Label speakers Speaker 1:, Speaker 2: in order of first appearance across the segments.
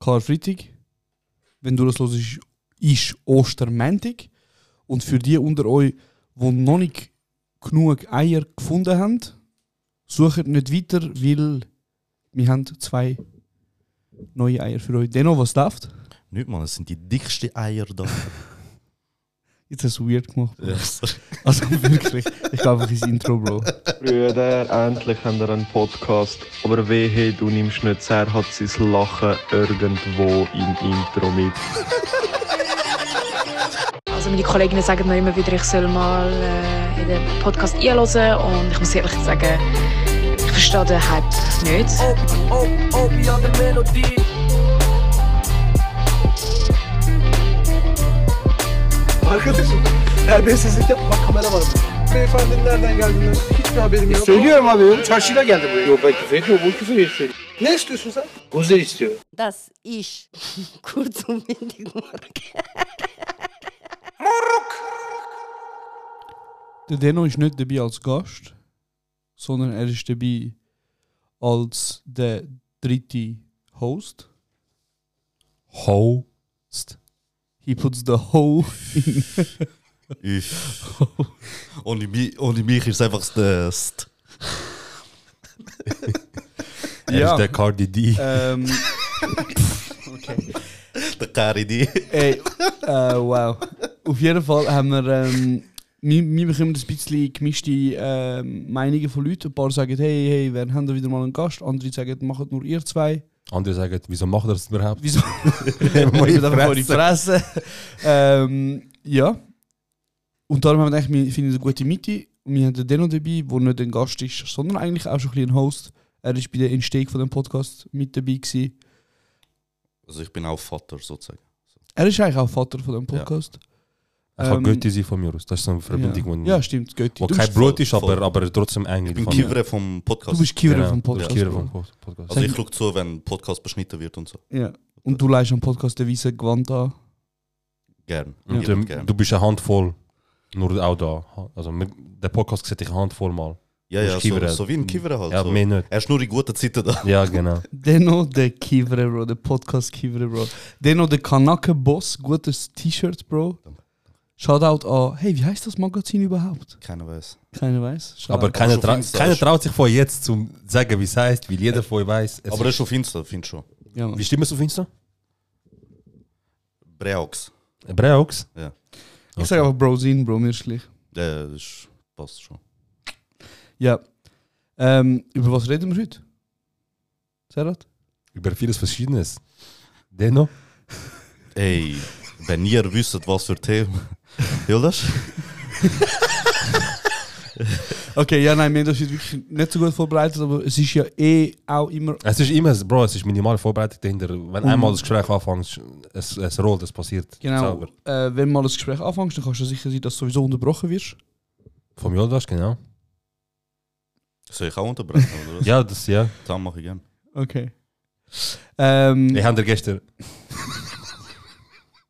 Speaker 1: Karfreitag. Wenn du das hörst, ist, ist Ostermäntig. Und für die unter euch, die noch nicht genug Eier gefunden haben, sucht nicht weiter, weil wir haben zwei neue Eier für euch. Denno, was läuft?
Speaker 2: Nicht mal, es sind die dicksten Eier da.
Speaker 1: Jetzt hast du weird gemacht. Also wirklich, ich glaube, einfach ins Intro, Bro.
Speaker 3: Brüder, endlich haben wir einen Podcast. Aber wehe, du nimmst nicht sehr, hat sein Lachen irgendwo im Intro mit.
Speaker 4: Also meine Kolleginnen sagen mir immer wieder, ich soll mal äh, in den Podcast einhören und ich muss ehrlich sagen, ich verstehe den Hype nicht.
Speaker 5: Arkadaşım terbiyesizlik yapma kamera var burada. Beyefendinin nereden geldiğini hiçbir haberim yok.
Speaker 6: Söylüyorum abi. Çarşıyla geldi buraya.
Speaker 5: Yok ben küfür etmiyorum. Bu küfür etmiyor. Ne istiyorsun sen? Buzzer istiyorum.
Speaker 7: Das ist kurz und bündig morgen.
Speaker 1: Der Denno ist nicht dabei als Gast, sondern er ist dabei als der dritte Host. Host. He puts the ho in.
Speaker 2: Uff. ohne, mich, ohne mich ist es einfach das. St.
Speaker 6: Er
Speaker 1: Ja.
Speaker 6: ist der Cardi D.
Speaker 1: ähm,
Speaker 2: Der Caridi.
Speaker 1: ey, äh, wow. Auf jeden Fall haben wir, ähm, wir, wir bekommen ein bisschen gemischte ähm, Meinungen von Leuten. Ein paar sagen, hey, hey, wir haben da wieder mal einen Gast. Andere sagen, macht nur ihr zwei.
Speaker 6: Andere sagen, wieso macht er das überhaupt?
Speaker 1: Wieso?
Speaker 6: Mal
Speaker 1: Ich bin einfach vor die
Speaker 6: Fresse.
Speaker 1: Fresse. ähm, ja. Und darum haben wir gedacht, wir finden eine gute Mitte. Und wir haben den Denno dabei, der nicht ein Gast ist, sondern eigentlich auch schon ein bisschen ein Host. Er war bei der Entstehung von dem Podcast mit dabei. Gewesen.
Speaker 2: Also ich bin auch Vater sozusagen.
Speaker 1: Er ist eigentlich auch Vater von dem Podcast.
Speaker 6: Er kann
Speaker 1: Ähm,
Speaker 6: Götti sein von mir aus. Das ist so eine Verbindung,
Speaker 1: Ja, ja
Speaker 6: wo,
Speaker 1: stimmt, Götti.
Speaker 6: wo
Speaker 1: Du,
Speaker 6: kein
Speaker 1: bist,
Speaker 6: Blut ist, aber,
Speaker 2: voll.
Speaker 6: aber trotzdem eng.
Speaker 2: Ich
Speaker 6: in
Speaker 2: bin
Speaker 6: der Familie.
Speaker 2: Kivre vom
Speaker 1: du
Speaker 2: Podcast.
Speaker 1: bist Kiewer
Speaker 6: Genau,
Speaker 1: vom
Speaker 6: du bist
Speaker 1: Podcast.
Speaker 6: Kivre
Speaker 1: Bro.
Speaker 6: vom Pod- Podcast.
Speaker 2: also ich schaue zu, wenn ein Podcast beschnitten wird und so.
Speaker 1: Ja. Und du leist am Podcast den weißen Gewand an.
Speaker 2: Gern.
Speaker 6: Und,
Speaker 2: Ja.
Speaker 6: ähm,
Speaker 2: Gern.
Speaker 6: du bist eine Handvoll, nur auch da. Also mit- der Podcast sieht ich eine Handvoll mal.
Speaker 2: Ja,
Speaker 6: du
Speaker 2: ja,
Speaker 6: bist
Speaker 2: so,
Speaker 6: Kivre.
Speaker 2: so wie ein Kivre halt.
Speaker 6: Ja,
Speaker 2: so.
Speaker 6: mehr nicht.
Speaker 2: Er ist nur in guten Zeiten da.
Speaker 6: Ja, genau.
Speaker 1: Denno, der Kivre, Bro, der Podcast Kivre, Bro. Denno, der Kanake-Boss, gutes T-Shirt, Bro. Shoutout an, hey, wie heißt das Magazin überhaupt?
Speaker 2: Keiner weiß.
Speaker 1: Keiner weiß. Shoutout.
Speaker 6: Aber keiner,
Speaker 2: schon
Speaker 6: trau
Speaker 2: Insta
Speaker 6: keiner
Speaker 2: ist-
Speaker 6: traut sich von jetzt zu sagen, wie es heißt, weil jeder von euch weiß.
Speaker 2: Aber das ist auf Insta, findest du schon.
Speaker 1: ja, Mann.
Speaker 6: wie stimmt es auf Insta?
Speaker 2: Breaux.
Speaker 6: Breaux?
Speaker 1: Ich sage einfach Brosin, Bro, mir ist schlicht.
Speaker 2: Äh, das ist- passt schon.
Speaker 1: Ja. Ähm, über was reden wir heute? Serat?
Speaker 6: Über vieles Verschiedenes. Denno?
Speaker 2: Ey, wenn ihr wisst, was für Themen. Jolas?
Speaker 1: Okay, ja, nein, wir haben das heute wirklich nicht so gut vorbereitet, aber es ist ja eh auch immer.
Speaker 6: Es ist immer, Bro, es ist minimal vorbereitet dahinter. Wenn einmal das Gespräch anfängt, es, es rollt, es passiert.
Speaker 1: Genau,
Speaker 6: Sauber.
Speaker 1: äh, wenn mal das Gespräch anfängst, dann kannst du sicher sein, dass du sowieso unterbrochen wirst.
Speaker 6: Vom Jodas, genau.
Speaker 2: Soll ich auch unterbrechen? Oder was?
Speaker 6: Ja, das, ja.
Speaker 2: Dann mache ich gern.
Speaker 1: Okay. Ähm,
Speaker 6: Ich habe dir gestern.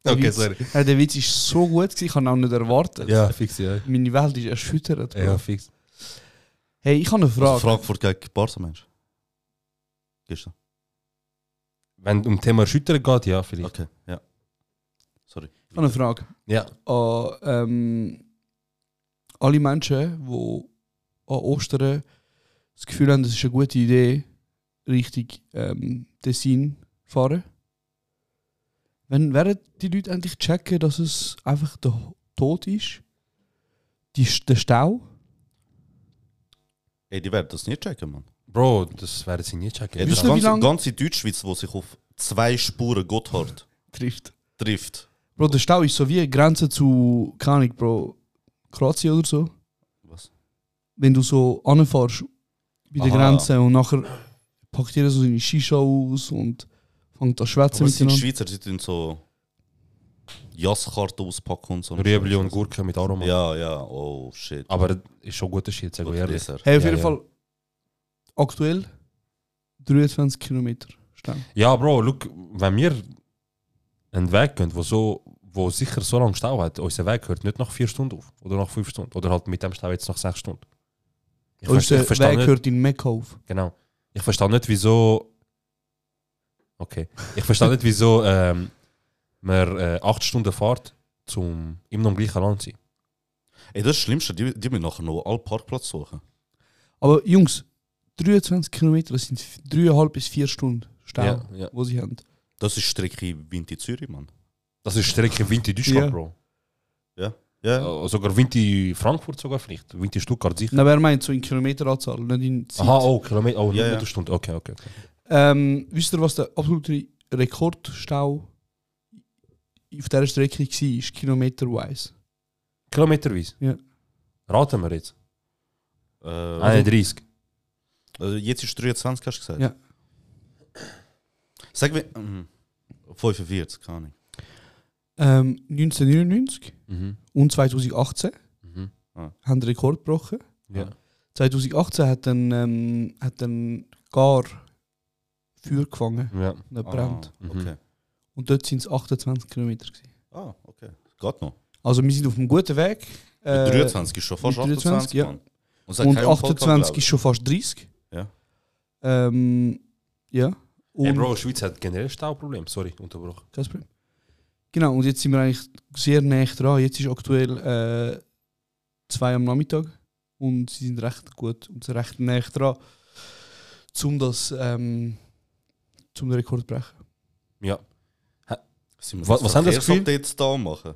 Speaker 6: okay, sorry.
Speaker 1: Ja, der Witz ist so gut, gewesen, ich habe ihn auch nicht erwartet.
Speaker 6: Ja, fix, ja.
Speaker 1: Meine Welt ist erschüttert. Bro.
Speaker 6: Ja, fix.
Speaker 1: Hey, ich habe eine
Speaker 2: Also
Speaker 1: Frage.
Speaker 2: Frankfurt gegen Barca, meinst du? Gestern.
Speaker 6: Wenn es um Thema Erschüttern geht, ja, vielleicht.
Speaker 2: Okay, ja. Sorry.
Speaker 1: ich habe eine Frage
Speaker 6: Ja.
Speaker 1: an ähm, alle Menschen, die an Ostern das Gefühl haben, es ist eine gute Idee, richtig ähm, Tessin fahren. Wenn während die Leute endlich checken, dass es einfach der Tod ist, die, der Stau,
Speaker 2: Ey, die werden das nicht checken, Mann.
Speaker 6: Bro, das werden sie nie checken.
Speaker 2: Ja, das ist
Speaker 1: ihr, wie
Speaker 2: die ganze,
Speaker 1: lang-
Speaker 2: ganze Deutschschweiz, die sich auf zwei Spuren Gotthard
Speaker 1: trifft.
Speaker 2: trifft.
Speaker 1: Bro, der Stau ist so wie eine Grenze zu, keine Ahnung, Bro, Kroatien oder so.
Speaker 2: Was?
Speaker 1: wenn du so anfährst bei der
Speaker 2: Aha.
Speaker 1: Grenze und nachher packt jeder so seine Shisha aus und fängt an schwätzen
Speaker 2: Aber es sind
Speaker 1: miteinander.
Speaker 2: Schweizer, die tun so Jasskarten auspacken und so.
Speaker 6: Rüebli und Gurke mit Aroma.
Speaker 2: Ja, ja, oh shit.
Speaker 6: Aber ist schon guter Shit, sag ich ehrlich.
Speaker 2: Dessert.
Speaker 1: Hey, auf
Speaker 6: Ja,
Speaker 1: jeden
Speaker 6: ja.
Speaker 1: Fall aktuell 23 Kilometer stehen.
Speaker 6: Ja, Bro, look, wenn wir einen Weg gehen, wo, so, wo sicher so lange Stau hat, unser Weg hört nicht nach vier Stunden auf oder nach fünf Stunden oder halt mit dem Stau jetzt nach sechs Stunden. Ich, verste-
Speaker 1: Unser
Speaker 6: ich verstehe
Speaker 1: Weg
Speaker 6: nicht,
Speaker 1: hört in Mekka auf.
Speaker 6: genau. Ich verstehe nicht, wieso Okay. Ich verstehe nicht, wieso ähm, man äh, acht Stunden Fahrt zum immer noch im gleichen Land zu sein.
Speaker 2: Ey, das ist das Schlimmste, die, die müssen nachher noch alle Parkplatz suchen.
Speaker 1: Aber Jungs, 23 Kilometer, das sind dreieinhalb bis vier Stunden Stau,
Speaker 6: Ja, ja.
Speaker 1: wo sie haben.
Speaker 2: Das ist Strecke Wind in Zürich, Mann.
Speaker 6: Das ist Strecke Wind in Deutschland,
Speaker 1: Ja.
Speaker 6: Bro.
Speaker 2: Ja.
Speaker 6: Äh, sogar Wind in Frankfurt sogar vielleicht. Wind in Stuttgart sicher.
Speaker 1: Na, wer meint so in Kilometeranzahl, nicht in Zeit.
Speaker 6: Aha, oh, Kilometer, oh,
Speaker 2: Ja,
Speaker 6: ja,
Speaker 2: ja.
Speaker 6: Stunde. Okay, okay, okay.
Speaker 1: Ähm, wisst ihr, was der absolute Rekordstau auf dieser Strecke war, kilometerweise?
Speaker 6: Kilometerweise?
Speaker 1: Ja.
Speaker 6: Raten wir jetzt.
Speaker 2: Äh, also,
Speaker 6: 31.
Speaker 2: also jetzt ist 23, hast du gesagt?
Speaker 1: Ja.
Speaker 2: Sag mir, ähm, 45, keine Ahnung.
Speaker 1: Ähm, 1999
Speaker 6: Mhm.
Speaker 1: und 2018
Speaker 6: Mhm.
Speaker 1: haben den Rekord gebrochen.
Speaker 6: Ja.
Speaker 1: 2018 hat ein, ähm, hat ein Gar Feuer gefangen
Speaker 6: ja.
Speaker 1: und gebrannt.
Speaker 2: Ah, okay.
Speaker 1: Und dort sind es 28 Kilometer. Gewesen.
Speaker 2: Ah, okay. Geht noch.
Speaker 1: Also wir sind auf einem guten Weg. Äh,
Speaker 2: 23 ist schon fast
Speaker 1: mit 23,
Speaker 2: 28,
Speaker 1: ja.
Speaker 2: Mann. es hat
Speaker 1: und
Speaker 2: keinen Unfall
Speaker 1: 28
Speaker 2: gehabt,
Speaker 1: ist schon fast 30.
Speaker 2: Ja.
Speaker 1: Ähm, ja.
Speaker 6: Ey,
Speaker 1: Und-
Speaker 6: Bro, die Schweiz hat generell Stauproblem. Sorry, unterbrochen.
Speaker 1: Kein Problem. Genau, und jetzt sind wir eigentlich sehr nah dran. Jetzt ist aktuell äh, zwei am Nachmittag und sie sind recht gut und recht nah dran, um das ähm, zum den Rekord zu brechen.
Speaker 6: Ja.
Speaker 2: Sind wir
Speaker 6: Was-
Speaker 2: jetzt
Speaker 6: was haben das Gefühl?
Speaker 2: Verkehrsupdates da machen?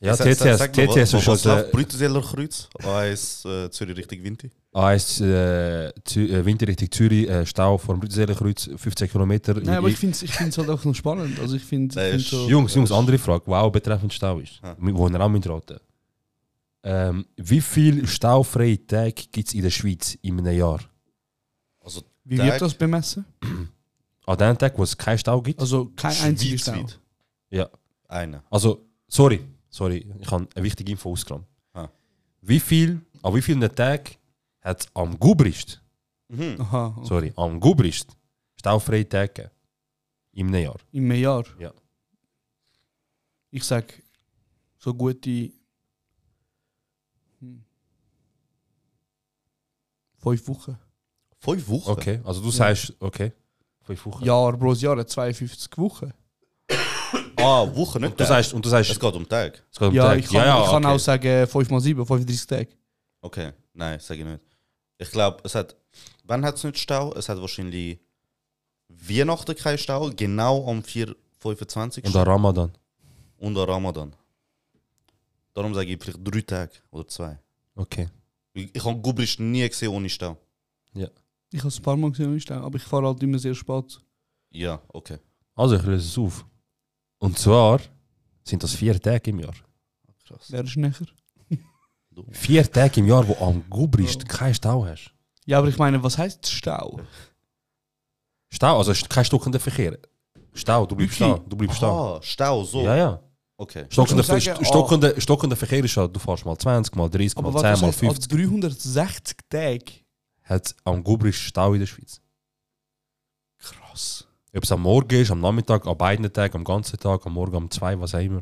Speaker 6: Ja,
Speaker 2: Sag- sag-
Speaker 6: TTS,
Speaker 2: sag mal,
Speaker 6: TTS
Speaker 2: was- Was
Speaker 6: ist
Speaker 2: läuft?
Speaker 6: unser
Speaker 2: Brützeler Kreuz, A1 äh, Zürich Richtung Winti.
Speaker 6: AS Ah, äh, Zü- äh, Winter Richtung Zürich, äh, Stau vom Brützelkreuz, 15 Kilometer.
Speaker 1: Nein, aber ich finde es ich find's halt auch noch spannend. Also ich finde
Speaker 2: Nein,
Speaker 1: ich find
Speaker 2: ist-
Speaker 1: so,
Speaker 6: Jungs, Jungs, andere Frage, die auch betreffend Stau ist,
Speaker 2: Ah.
Speaker 6: wo ihr auch müsst raten ähm, Wie viele staufreie Tage gibt es in der Schweiz in einem Jahr?
Speaker 2: Also
Speaker 1: wie
Speaker 2: Tag-
Speaker 1: wird das bemessen?
Speaker 6: An dem Tag, wo es keinen Stau gibt?
Speaker 1: Also kein einziger Stau.
Speaker 2: schweizweit.
Speaker 6: Ja.
Speaker 2: Einer.
Speaker 6: Also, sorry, sorry, ich habe eine wichtige Info ausgenommen.
Speaker 2: Ah.
Speaker 6: Wie viel, an wie vielen Tagen hat es am Gubrist,
Speaker 2: Mhm.
Speaker 1: Aha, okay.
Speaker 6: sorry, am Gubrist staufreie Tage gegeben? in einem Jahr?
Speaker 1: im Jahr.
Speaker 6: Ja.
Speaker 1: Ich sage, so gute hm, fünf Wochen.
Speaker 2: Fünf Wochen?
Speaker 6: Okay, also du sagst, okay, fünf Wochen.
Speaker 1: Jahr pro Jahr, hat 52 Wochen.
Speaker 2: Ah, Wochen nicht.
Speaker 6: Und du
Speaker 2: Tag.
Speaker 6: sagst, und du sagst,
Speaker 2: es geht um Tag.
Speaker 6: es geht um
Speaker 1: Ja,
Speaker 6: Tage.
Speaker 1: ich kann, ich kann
Speaker 6: okay.
Speaker 1: auch sagen 5 mal 7, 35 Tage.
Speaker 2: Okay, nein, sage ich nicht. Ich glaube, es hat. Wann hat es nicht Stau? Es hat wahrscheinlich Weihnachten keinen Stau, genau am 4, 25.
Speaker 6: Und an Ramadan.
Speaker 2: und an Ramadan. Darum sage ich vielleicht drei Tage oder zwei.
Speaker 6: Okay.
Speaker 2: Ich, ich habe Gubrist nie gesehen ohne Stau.
Speaker 1: Ich habe es ein paar Mal gesehen, Stau, aber ich fahre halt immer sehr spät.
Speaker 2: Ja, okay.
Speaker 6: Also, ich löse es auf. Und zwar sind das vier Tage im Jahr.
Speaker 2: Krass.
Speaker 1: Wer ist näher?
Speaker 6: Vier Tage im Jahr, wo am Gubrist keinen Stau hast.
Speaker 1: Ja, aber ich meine, was heißt Stau?
Speaker 6: Stau, also es ist kein stockender Verkehr. Stau, du bleibst
Speaker 1: Wirklich?
Speaker 6: stehen. Du bleibst stehen.
Speaker 2: Ah, Stau, so.
Speaker 6: Ja, ja.
Speaker 2: Okay.
Speaker 6: Stockender,
Speaker 1: Ich muss
Speaker 6: Ver-
Speaker 1: sagen,
Speaker 6: stockender, stockender Verkehr ist halt, du fährst mal 20, mal 30,
Speaker 1: Aber
Speaker 6: mal 10,
Speaker 1: was
Speaker 6: mal
Speaker 1: heißt,
Speaker 6: 50.
Speaker 1: als 360 Tage?
Speaker 6: Hat am Gubrist Stau in der Schweiz.
Speaker 1: Krass.
Speaker 6: Ob es am Morgen ist, am Nachmittag, an beiden Tagen, am ganzen Tag, am Morgen, um zwei, was auch immer.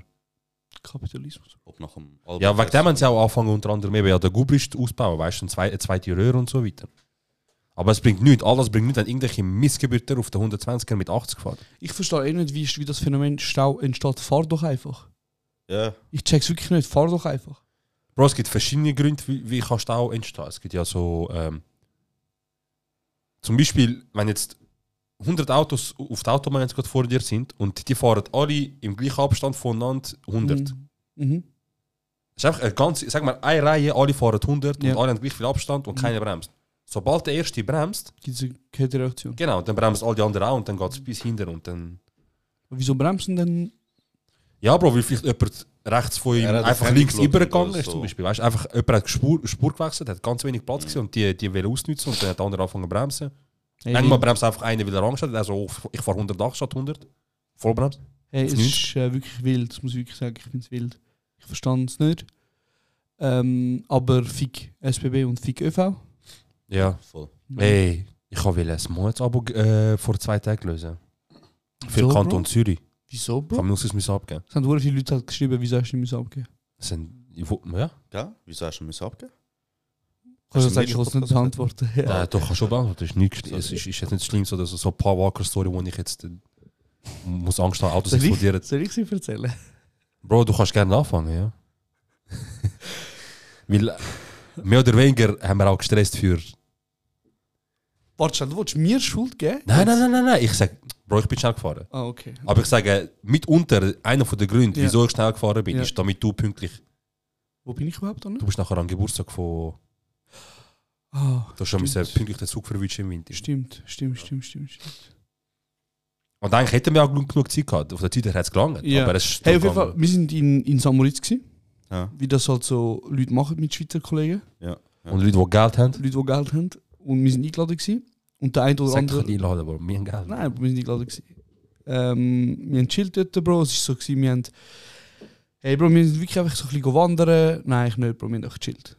Speaker 1: Kapitalismus.
Speaker 2: Ob nach dem
Speaker 6: Ja, wegen
Speaker 2: Albert-
Speaker 6: dem haben sie auch angefangen, unter anderem eben ja, den Gubrist ausbauen, weißt du, eine zwei- eine zweite Röhre und so weiter. Aber es bringt nichts, alles bringt nichts, wenn irgendwelche Missgebürter auf den 120er mit 80 fahren.
Speaker 1: Ich verstehe eh nicht, wie, wie das Phänomen Stau entsteht. Fahr doch einfach.
Speaker 2: Ja,
Speaker 1: Ich check's wirklich nicht. Fahr doch einfach.
Speaker 6: Bro, es gibt verschiedene Gründe, wie, wie kann Stau entstehen. Es gibt ja so, ähm, zum Beispiel, wenn jetzt 100 Autos auf der Autobahn jetzt gerade vor dir sind und die fahren alle im gleichen Abstand voneinander 100.
Speaker 1: Mhm. Mhm.
Speaker 6: Es ist einfach eine ganze, sag mal, eine Reihe, alle fahren 100
Speaker 1: Ja. Mhm.
Speaker 6: und alle haben gleich viel Abstand und keiner bremst. Sobald der erste bremst,
Speaker 1: Gibt es keine Reaktion?
Speaker 6: Genau, dann bremst all die anderen auch und dann geht es bis hinten und dann...
Speaker 1: Wieso bremsen denn?
Speaker 6: Ja, Bro, weil vielleicht jemand rechts von ihm
Speaker 2: Er hat
Speaker 6: einfach
Speaker 2: den
Speaker 6: links
Speaker 2: Fernsehplatz
Speaker 6: übergegangen
Speaker 2: oder
Speaker 6: ist
Speaker 2: so.
Speaker 6: zum Beispiel. Weißt, einfach jemand hat die Spur, Spur gewechselt, hat ganz wenig Platz gesehen und die, die wollen ausnutzen und dann hat der andere angefangen zu bremsen.
Speaker 1: Hey,
Speaker 6: Manchmal bremst einfach einer, weil er Angst hat. Also, oh, ich fahre 108 statt 100. Vollbremst.
Speaker 1: hey, es
Speaker 6: nicht.
Speaker 1: ist äh, wirklich wild, das muss ich wirklich sagen. Ich finde es wild. Ich verstand es nicht. Ähm, aber FIC SBB und FIC ÖV.
Speaker 6: Ja.
Speaker 2: voll.
Speaker 6: Ey, ich wollte ein Monatsabo äh, vor zwei Tagen lösen. Für
Speaker 1: Wieso,
Speaker 6: Kanton
Speaker 1: Bro? Hm?
Speaker 6: Zürich.
Speaker 1: Wieso,
Speaker 6: Ich
Speaker 1: Bro?
Speaker 6: habe mir das abgeben.
Speaker 1: Es haben sehr viele Leute halt geschrieben, wieso hast du nicht abgeben?
Speaker 6: Das sind, ich wo- ja,
Speaker 2: Ja? Wieso hast du mir abgegeben?
Speaker 1: Kannst du
Speaker 2: du
Speaker 1: sagen,
Speaker 2: nicht
Speaker 1: ich kann es
Speaker 2: schon
Speaker 1: nicht beantworten.
Speaker 6: ja.
Speaker 1: Ja.
Speaker 6: doch, kannst du schon beantworten. Das ist, nicht, es ist, ist jetzt nicht schlimm, so, dass so ein paar Walker-Story, wo ich jetzt äh, muss Angst haben, Autos
Speaker 1: Soll ich,
Speaker 6: explodieren.
Speaker 1: soll ich sie erzählen?
Speaker 6: Bro, du kannst gerne anfangen, ja. Weil äh, mehr oder weniger haben wir auch gestresst für.
Speaker 1: Warte, schnell, du willst mir Schuld geben?
Speaker 6: Nein, nein, nein, nein, nein. Ich sage, Bro, ich bin schnell gefahren.
Speaker 1: Ah, okay.
Speaker 6: Aber ich sage, mitunter einer von der Gründe,
Speaker 1: Ja.
Speaker 6: wieso ich schnell gefahren bin,
Speaker 1: Ja.
Speaker 6: ist, damit du pünktlich.
Speaker 1: Wo bin ich überhaupt dann?
Speaker 6: Du bist nachher am Geburtstag von.
Speaker 1: Ah,
Speaker 6: Du hast schon müssen
Speaker 1: Stimmt.
Speaker 6: pünktlich den Zug verwischen im Winter.
Speaker 1: stimmt, stimmt, stimmt, stimmt. stimmt.
Speaker 6: Und eigentlich hätten wir auch genug, genug Zeit gehabt. Auf der Zeit her hat es gelangt.
Speaker 1: Ja.
Speaker 6: Aber es ist
Speaker 1: Hey, auf jeden
Speaker 6: gegangen.
Speaker 1: Fall, wir sind in, in St. Moritz, gewesen,
Speaker 2: Ja.
Speaker 1: wie das halt so Leute machen mit Schweizer Kollegen,
Speaker 6: Und Leute, die Geld haben,
Speaker 1: Leute, die Geld haben. Und wir sind eingeladen. Gewesen. Und der eine oder
Speaker 6: sagen, ich
Speaker 1: andere.
Speaker 6: kann die einladen, aber wir haben Geld.
Speaker 1: Nein, wir waren nicht geladen. gewesen. Ähm, wir haben chillt dort, Bro. Es war so, gewesen, wir haben. Hey, Bro, wir sind wirklich einfach so ein bisschen wandern. Nein, ich nicht, Bro. Wir haben einfach gechillt.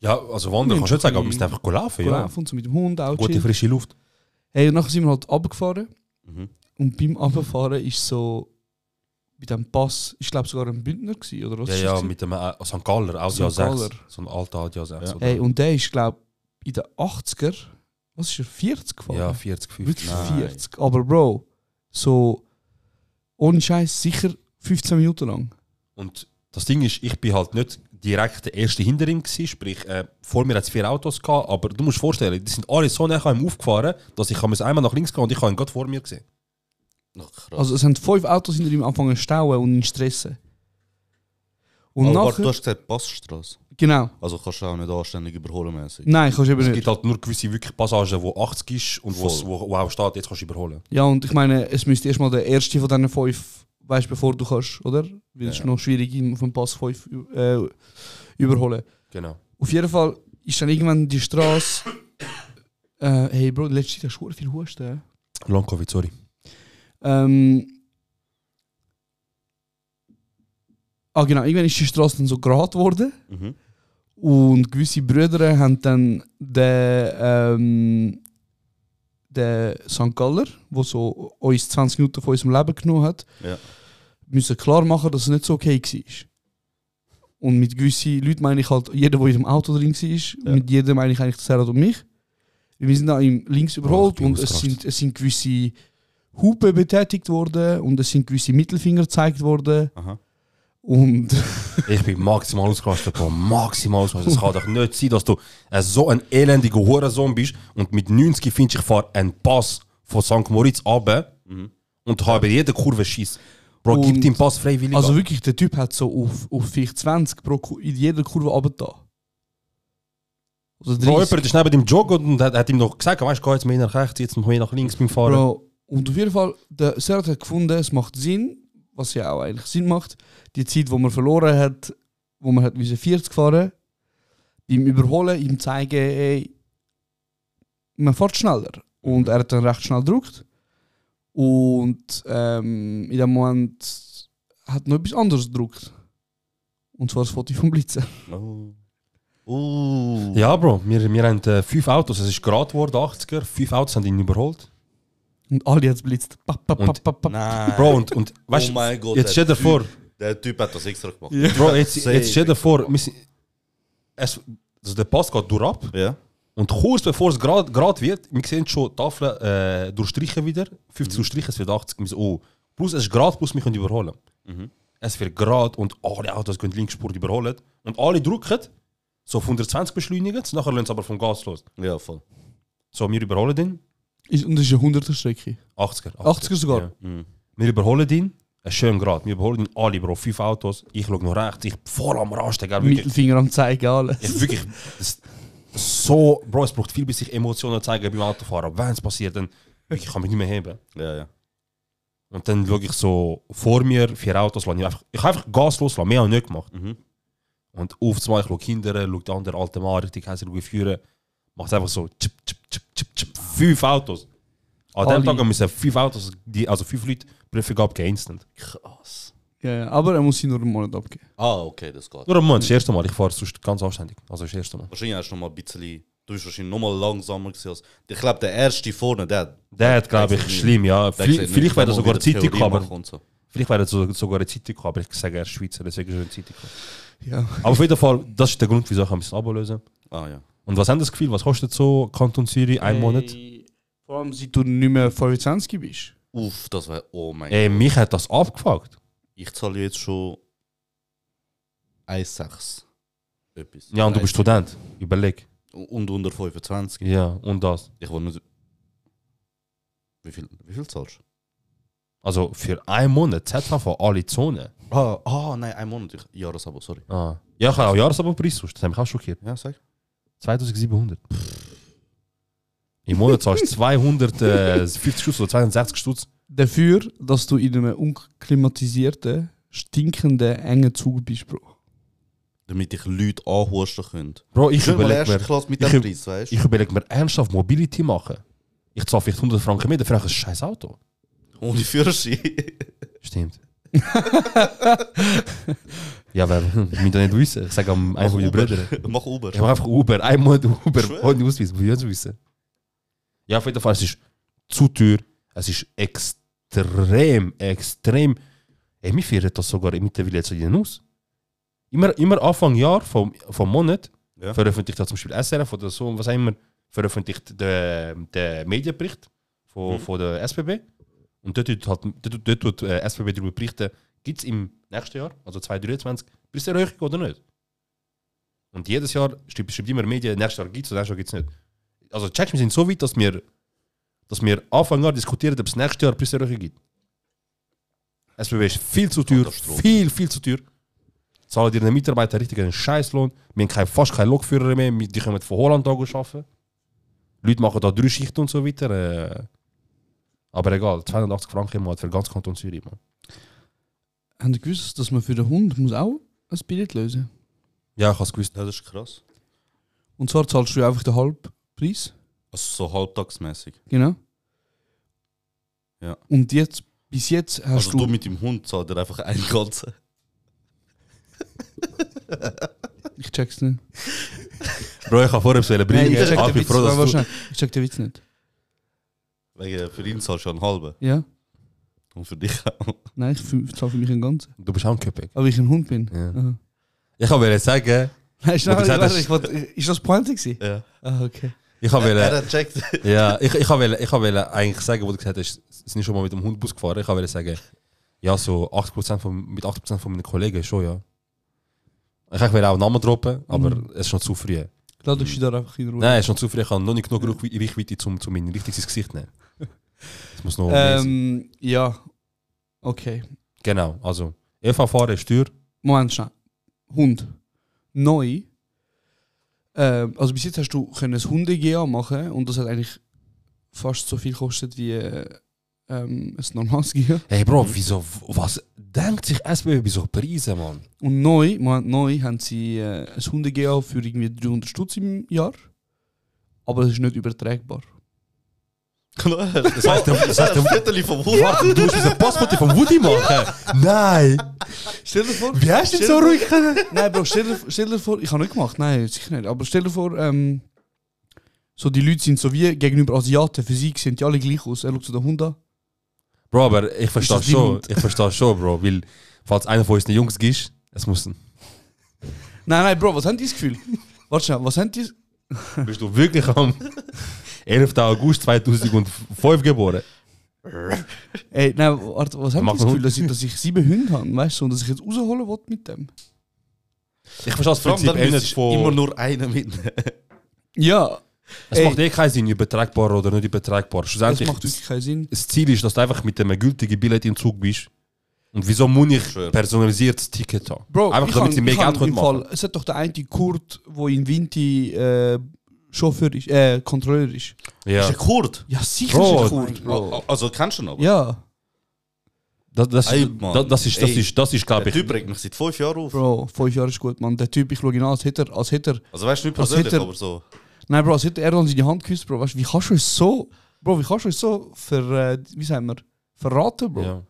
Speaker 6: Ja, also
Speaker 1: Wir
Speaker 6: wandern kannst du nicht sagen, aber
Speaker 1: haben
Speaker 6: wir sind einfach laufen.
Speaker 1: Ja.
Speaker 6: Ja.
Speaker 1: Gelaufen, und so mit dem Hund auch
Speaker 6: Gute
Speaker 1: chillt.
Speaker 6: frische Luft.
Speaker 1: Hey, und nachher sind wir halt runtergefahren.
Speaker 2: Mhm.
Speaker 1: Und beim Runterfahren ist so. Bei diesem Pass, ich glaube sogar ein Bündner gewesen, oder was?
Speaker 6: Ja,
Speaker 1: ist
Speaker 6: ja,
Speaker 1: das
Speaker 6: mit dem äh, St. Galler, Audi
Speaker 1: St. Galler.
Speaker 6: A6. So ein alter Audi A6.
Speaker 2: Ja.
Speaker 6: oder?
Speaker 1: Hey, und der ist, glaube ich, in den 80er. Was ist er? 40 gefahren?
Speaker 6: ja, 40, 50.
Speaker 1: Wirklich
Speaker 2: Nein.
Speaker 1: 40. Aber Bro, so. Ohne Scheiß, sicher 15 Minuten lang.
Speaker 6: Und das Ding ist, ich bin halt nicht direkt der erste hinter ihm gewesen, sprich, äh, vor mir hat es vier Autos gehabt, aber du musst dir vorstellen, die sind alle so näher an ihm aufgefahren, dass ich habe es einmal nach links gegangen und ich habe ihn gerade vor mir gesehen.
Speaker 2: Ach, krass.
Speaker 1: Also es haben fünf Autos hinter ihm angefangen zu stauen und ihn zu stressen. Und
Speaker 2: Aber warte,
Speaker 1: nachher...
Speaker 2: du hast gesagt Passstraße.
Speaker 1: genau.
Speaker 2: Also kannst du auch nicht anständig überholen mäßig.
Speaker 1: Nein, kannst du eben
Speaker 6: Es
Speaker 1: nicht.
Speaker 6: gibt halt nur gewisse wirklich Passagen, wo 80 ist und wo's-
Speaker 2: Voll.
Speaker 6: wo, wo auch steht, jetzt kannst du überholen.
Speaker 1: Ja, und ich meine, es müsste erstmal der erste von diesen fünf, weißt bevor du kannst, oder? Weil es ist
Speaker 2: Ja.
Speaker 1: noch schwierig, ihn auf dem Pass fünf äh, überholen.
Speaker 6: Genau.
Speaker 1: Auf jeden Fall ist dann irgendwann die Straße... äh, hey Bro, die letzte Zeit hast du verdammt viel Husten. hä?
Speaker 6: Long Covid, sorry.
Speaker 1: Ähm, ah genau, irgendwann ist die Straße dann so gerade geworden.
Speaker 2: Mhm.
Speaker 1: Und gewisse Brüder haben dann den, ähm, den St. Galler, der so uns 20 Minuten von unserem Leben genommen hat,
Speaker 2: Ja.
Speaker 1: müssen klar machen, dass es nicht so okay war. Und mit gewissen Leuten meine ich halt, jeder, der in dem Auto drin war,
Speaker 2: Ja.
Speaker 1: mit jedem meine ich eigentlich Sarah und mich. Wir sind dann im links überholt
Speaker 6: bin
Speaker 1: und es
Speaker 6: ausgerastet.
Speaker 1: sind, es sind gewisse Hupe betätigt worden und es sind gewisse Mittelfinger gezeigt worden.
Speaker 2: Aha.
Speaker 1: Und
Speaker 6: Ich bin maximal ausgerastet, Bro. Maximal ausgerastet. Es kann doch nicht sein, dass du äh, so ein elendiger Hurensohn bist und mit 90 findest, ich fahre einen Pass von St. Moritz runter und habe bei jeder Kurve Schiss. Bro, gib
Speaker 1: Und-
Speaker 6: den Pass freiwillig
Speaker 1: Also
Speaker 6: ab.
Speaker 1: wirklich, der Typ hat so auf, auf vielleicht 20 pro Ku- in jeder Kurve Also runtergetan. Oder
Speaker 6: Bro,
Speaker 1: 30.
Speaker 6: jemand ist neben dem Joggen und hat, hat ihm noch gesagt, weißt du, geh jetzt mehr nach rechts, jetzt noch mehr nach links beim Fahren.
Speaker 1: Bro. Und auf jeden Fall, der Serhat hat gefunden, es macht Sinn, was ja auch eigentlich Sinn macht, die Zeit, die man verloren hat, wo man hat müssen 40 fahren, ihm überholen, ihm zeigen, ey, man fährt schneller. Und er hat dann recht schnell gedrückt. Und ähm, in dem Moment hat noch etwas anderes gedrückt. Und zwar das Foto vom Blitzen.
Speaker 2: Oh. Uh.
Speaker 6: Ja, Bro, wir, wir haben äh, fünf Autos, es ist gerade geworden, 80er, fünf Autos haben ihn überholt.
Speaker 1: Und alle jetzt blitzt. Pa, pa, pa,
Speaker 6: Und-
Speaker 1: pa, pa.
Speaker 2: Nein.
Speaker 6: Bro, und, und weißt
Speaker 2: oh
Speaker 6: du,
Speaker 2: mein Gott.
Speaker 6: jetzt
Speaker 2: der
Speaker 6: stell dir
Speaker 2: Typ-
Speaker 6: vor-
Speaker 2: Der Typ hat das extra gemacht.
Speaker 1: Ja.
Speaker 6: Bro, jetzt,
Speaker 2: Safe.
Speaker 6: jetzt stell dir vor, wir sind, es, also der Pass geht durch ab.
Speaker 2: Ja.
Speaker 6: Und kurz bevor es gerade grad wird, wir sehen schon Tafeln äh, durchstrichen wieder. 50 durchstrichen, es wird 80. Wir so, oh. Plus es ist gerade, plus wir können überholen. Es wird gerade und alle Autos gehen Linksspur überholen. Und alle drücken, so auf 120 beschleunigen, nachher lassen sie aber vom Gas los.
Speaker 2: Ja, voll.
Speaker 6: So, wir überholen den.
Speaker 1: Ist, und das ist eine 100er Strecke.
Speaker 6: 80er.
Speaker 1: 80er sogar.
Speaker 6: Ja.
Speaker 2: Mhm.
Speaker 6: Wir überholen den. Ein schön gerade. Wir überholen den alle, Bro. Fünf Autos. Ich schaue noch rechts. Ich voll am Rasten, gell? Ah, Wirklich.
Speaker 1: Mittelfinger am Zeigen, alles.
Speaker 6: Ich wirklich. Das, so, Bro, es braucht viel, bis ich Emotionen zeige beim Autofahren. Aber wenn es passiert, dann ich kann mich nicht mehr heben.
Speaker 2: Ja, ja.
Speaker 6: Und dann schaue ich so vor mir, vier Autos lang. Ich habe einfach, ich hab einfach Gas loslassen, mehr habe ich nicht gemacht.
Speaker 2: Mhm.
Speaker 6: Und auf zwei, ich schaue hinterher, schaue den anderen alten Mann richtig heiß führen. Macht einfach so tschip, tschip, tschip, tschip, tschip, fünf Autos. An
Speaker 1: Alle.
Speaker 6: dem Tag haben wir fünf Autos, die, also fünf Leute, Prüfung abgegeben, instant.
Speaker 2: Krass.
Speaker 1: Ja, ja. Aber er muss sie nur einen Monat abgeben.
Speaker 2: Ah, okay, das geht.
Speaker 6: Nur am Mann, das erste Mal, ich fahre sonst ganz anständig. Also das erste Mal.
Speaker 2: Wahrscheinlich hast du noch mal ein bisschen. Du bist wahrscheinlich noch mal langsamer gewesen als. Ich glaube, der erste vorne, der.
Speaker 6: Der hat, glaube
Speaker 2: Der
Speaker 6: ich,
Speaker 2: sieht
Speaker 6: schlimm, ja.
Speaker 2: der
Speaker 6: Vielleicht,
Speaker 2: sieht nicht,
Speaker 6: vielleicht
Speaker 2: wenn
Speaker 6: wäre er
Speaker 2: man
Speaker 6: sogar
Speaker 2: wieder
Speaker 6: Zeitung,
Speaker 2: Theorie
Speaker 6: aber
Speaker 2: machen und so.
Speaker 6: Vielleicht wäre das so- sogar eine Zeitung, gehabt, aber ich sage, er ist Schweizer, deswegen ist er eine Zeitung. gehabt.
Speaker 1: Ja.
Speaker 6: Aber auf jeden Fall, das ist der Grund, wieso ich das Abo lösen muss.
Speaker 2: Ah, ja.
Speaker 6: Und was haben das Gefühl? Was kostet so Kanton Zürich ein Monat?
Speaker 1: Vor allem, seit du nicht mehr 25 bist.
Speaker 2: Uff, das wäre, oh mein
Speaker 6: Ey, mich hat das abgefuckt.
Speaker 2: Ich zahle jetzt schon 1,6. Etwas.
Speaker 6: Ja, und du bist Student. Überleg.
Speaker 2: Und unter 25.
Speaker 6: Ja, und das.
Speaker 2: Ich will nicht. Wie viel, wie viel zahlst du?
Speaker 6: Also für einen Monat ZVV alle Zonen.
Speaker 2: Ah, ah, nein, ein Monat. Ich, Jahresabo, sorry.
Speaker 6: Ah. Ja, ich habe auch Jahresabo-Preis sonst. Das hat mich auch schockiert.
Speaker 2: Ja, sag.
Speaker 6: 2700. Im Monat zahlst du 250 Stutz oder 260 Stutz.
Speaker 1: Dafür, dass du in einem unklimatisierten, stinkenden, engen Zug bist, Bro.
Speaker 2: Damit ich Leute anhusten kann.
Speaker 6: Bro, ich
Speaker 2: Ich will mal
Speaker 6: überlege
Speaker 2: erste
Speaker 6: mir,
Speaker 2: Klasse mit
Speaker 6: ich
Speaker 2: dem
Speaker 6: üb-
Speaker 2: Preis, weißt du?
Speaker 6: ich überleg mir ernsthaft Mobility machen. Ich zahle vielleicht 100 Franken mehr, dafür habe ich ein scheiß Auto.
Speaker 2: Ohne Führerschein.
Speaker 6: Stimmt. ja, aber wir müssen nicht wissen. Ich sage am einfach
Speaker 2: Mach
Speaker 6: meinen
Speaker 2: Uber.
Speaker 6: Brüder.
Speaker 2: Mach
Speaker 6: Ich mache
Speaker 2: Uber.
Speaker 6: einfach Uber, ein Monat Uber,
Speaker 2: Schwör.
Speaker 6: ohne Ausweis, wir müssen wissen. Ja, auf jeden Fall, es ist zu teuer, es ist extrem, extrem. Ey, wir feiern das sogar mittlerweile jetzt in aus. Immer, immer Anfang Jahr vom, vom Monat
Speaker 2: Ja.
Speaker 6: veröffentlicht das zum Beispiel SRF oder so, was auch immer, veröffentlicht den den Medienbericht von,
Speaker 2: Mhm.
Speaker 6: von der SBB. Und dort tut, halt, dort, dort tut äh, SBB darüber berichten, gibt es im nächsten Jahr, also 2023, Preiserhöhung oder nicht? Und jedes Jahr schreibt, schreibt immer Medien, nächstes Jahr gibt es, nächstes Jahr gibt es nicht. Also checks, wir sind so weit, dass wir, dass wir Anfang Jahr diskutieren, ob es nächstes Jahr Preiserhöhung gibt. SBB ist viel zu teuer,
Speaker 2: Katastrophe.
Speaker 6: viel, viel zu teuer. Zahlen ihren Mitarbeiter richtig einen Scheißlohn. Wir haben kein, fast keinen Lokführer mehr, wir- die können von Holland arbeiten. Leute machen da drei Schichten und so weiter. Äh. Aber egal, 280 Franken im Monat für ganz Kanton Zürich. Man.
Speaker 1: Haben Sie gewusst, dass man für den Hund muss auch ein Billett lösen muss?
Speaker 6: Ja, ich habe es gewusst.
Speaker 2: Ja, das ist krass.
Speaker 1: Und zwar zahlst du einfach den Halbpreis.
Speaker 2: Also so halbtagsmäßig.
Speaker 1: Genau.
Speaker 2: Ja.
Speaker 1: Und jetzt, bis jetzt hast
Speaker 2: Also du
Speaker 1: du.
Speaker 2: mit dem Hund zahlst dir einfach einen ganzen.
Speaker 1: ich check's nicht.
Speaker 6: Bro, ich habe vorher sollen bringen.
Speaker 1: ich check
Speaker 6: ich
Speaker 1: den
Speaker 6: bin
Speaker 1: Witz,
Speaker 6: froh,
Speaker 1: aber
Speaker 6: dass du...
Speaker 1: wahrscheinlich- ich check den Witz nicht.
Speaker 2: Wegen für ihn zahlst du einen halben.
Speaker 1: Ja?
Speaker 2: Und für dich auch.
Speaker 1: Nein, ich f- zahl für mich einen ganzen.
Speaker 6: Du bist auch ein Köpig.
Speaker 1: Aber ich ein Hund bin.
Speaker 6: Ja.
Speaker 1: Aha.
Speaker 6: Ich wollte sagen,
Speaker 1: Nein, ist,
Speaker 6: Wo du
Speaker 1: noch, ich,
Speaker 6: gesagt hast-
Speaker 1: warte, ich, wollte- ist das Pointe gewesen?
Speaker 2: Ja.
Speaker 1: Ah, okay.
Speaker 6: ich wollte...
Speaker 2: Er hat gecheckt.
Speaker 6: Ja, ich, ich wollte ich wollte eigentlich sagen, wo du gesagt hast, sie sind schon mal mit dem Hund Bus gefahren. Ich wollte sagen, ja, so 80% von, mit 80% von meinen Kollegen schon, ja. Ich wollte auch Namen droppen, aber
Speaker 1: Mhm.
Speaker 6: es ist schon zu früh.
Speaker 1: Lass dich da einfach in Ruhe.
Speaker 6: Nein, es ist schon zu früh. Ich habe noch nicht genug Ruchwe- Reichweite, um um mein richtiges Gesicht zu nehmen. Das muss noch mehr sein.
Speaker 1: Ähm, ja. Okay.
Speaker 6: Genau, also EV fahren ist teuer.
Speaker 1: Moment, schnell. Hund. Neu. Ähm, also bis jetzt hast du können ein Hunde-GA machen und das hat eigentlich fast so viel gekostet wie äh, ähm, ein normales GA.
Speaker 6: Hey Bro, wieso, was denkt sich SBB bei so Preisen, Mann?
Speaker 1: Und neu, Moment, neu haben sie äh, ein Hunde-GA für irgendwie 300 Stutz im Jahr. Aber es ist nicht übertragbar.
Speaker 2: Klar.
Speaker 6: Das heißt, der, das heißt, der,
Speaker 2: Viertel vom Hund.
Speaker 6: warte, du musst ein Passfoto vom Woody machen. Nein!
Speaker 1: Stell dir vor,
Speaker 6: Wie hast du denn so ruhig können?
Speaker 1: Nein, Bro, stell dir, stell dir vor, ich habe nicht gemacht, nein, sicher nicht. Aber stell dir vor, ähm, so die Leute sind so wie gegenüber Asiaten, für sie sehen die alle gleich aus. Er schaut zu den Hund an.
Speaker 6: Bro, aber ich verstehe
Speaker 1: das dein
Speaker 6: schon,
Speaker 1: Hund?
Speaker 6: ich verstehe schon, Bro, weil falls einer von uns eine Jungs ist, es muss ein-
Speaker 1: Nein, nein, Bro, was haben die das Gefühl? Warte schnell, was haben die?
Speaker 6: Bist du wirklich am 11. August 2005 geboren?
Speaker 1: Ey, nein, warte, was haben die
Speaker 6: Mach
Speaker 1: das Gefühl,
Speaker 6: einen Hund.
Speaker 1: dass ich, dass ich sieben Hunde habe, weißt du, und dass ich jetzt rausholen will mit dem?
Speaker 6: Ich verstehe das
Speaker 2: Vor allem,
Speaker 6: Prinzip
Speaker 2: dann
Speaker 6: eh
Speaker 2: müsstest
Speaker 6: nicht
Speaker 2: du immer
Speaker 6: von...
Speaker 2: nur einen mitnehmen.
Speaker 1: Ja,
Speaker 6: Es
Speaker 1: Ey.
Speaker 6: macht eh keinen Sinn, übertragbar oder nicht übertragbar.
Speaker 1: das
Speaker 6: Schlussendlich,
Speaker 1: macht wirklich keinen Sinn.
Speaker 6: das Ziel ist, dass du einfach mit einem gültigen Billett im Zug bist. Und wieso muss ich
Speaker 2: Schwör.
Speaker 6: personalisiertes Ticket haben?
Speaker 1: Bro,
Speaker 6: einfach
Speaker 1: ich
Speaker 6: damit
Speaker 1: kann-
Speaker 6: sie mehr
Speaker 1: ich kann
Speaker 6: Geld können
Speaker 1: im Fall-
Speaker 6: machen.
Speaker 1: Es hat doch der eine Kurt, der in Winti äh, Chauffeur ist, äh, Kontrolleur ist.
Speaker 2: Ist
Speaker 6: Ja.
Speaker 2: ein Kurd?
Speaker 1: Ja, sicher
Speaker 6: Bro,
Speaker 1: ist er Kurt, Bro.
Speaker 2: A- Also kennst du ihn aber?
Speaker 1: Ja,
Speaker 6: Das, das,
Speaker 2: Ey,
Speaker 6: ist,
Speaker 2: Mann.
Speaker 6: das, das ist, das
Speaker 2: Ey.
Speaker 6: ist, das ist, glaube
Speaker 2: Der
Speaker 6: ich...
Speaker 2: Typ regt mich seit fünf Jahren auf.
Speaker 1: Bro, fünf Jahre ist gut, Mann. Der Typ, ich schaue ihn an, als hätte er, als hätte er
Speaker 2: Also weißt du nicht
Speaker 1: Was
Speaker 2: persönlich,
Speaker 1: hat er-
Speaker 2: aber so.
Speaker 1: Nein, Bro, als hätte Erdogan seine Hand geküsst, Bro. Weißt du, wie kannst du uns so, Bro, wie kannst du uns so ver, äh, wie sagen wir, verraten, Bro?
Speaker 6: Ja.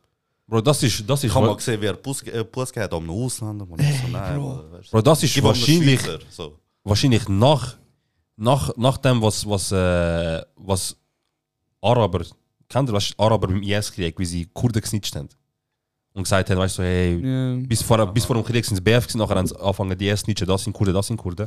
Speaker 6: Bro, das ist... Das ist
Speaker 2: Ich habe mal gesehen, wie er Puss äh, Puss gegeben hat am Ausländer. Man, so, nein,
Speaker 1: Bro.
Speaker 2: aber, weißt du.
Speaker 6: Bro, das ist
Speaker 2: Gib ihm einen
Speaker 6: wahrscheinlich...
Speaker 2: Schweizer, So.
Speaker 6: wahrscheinlich nach, nach, nach dem, was, was, äh, was Araber, kennt ihr, was Araber beim IS-Krieg, wie sie Kurden gesnitcht haben? und gesagt haben, weißt du, so, hey,
Speaker 1: Ja.
Speaker 6: bis, vor, bis vor dem Krieg sind es BF, gewesen, nachher haben sie angefangen, die ersten Nietzsche, das sind Kurden, das sind Kurden.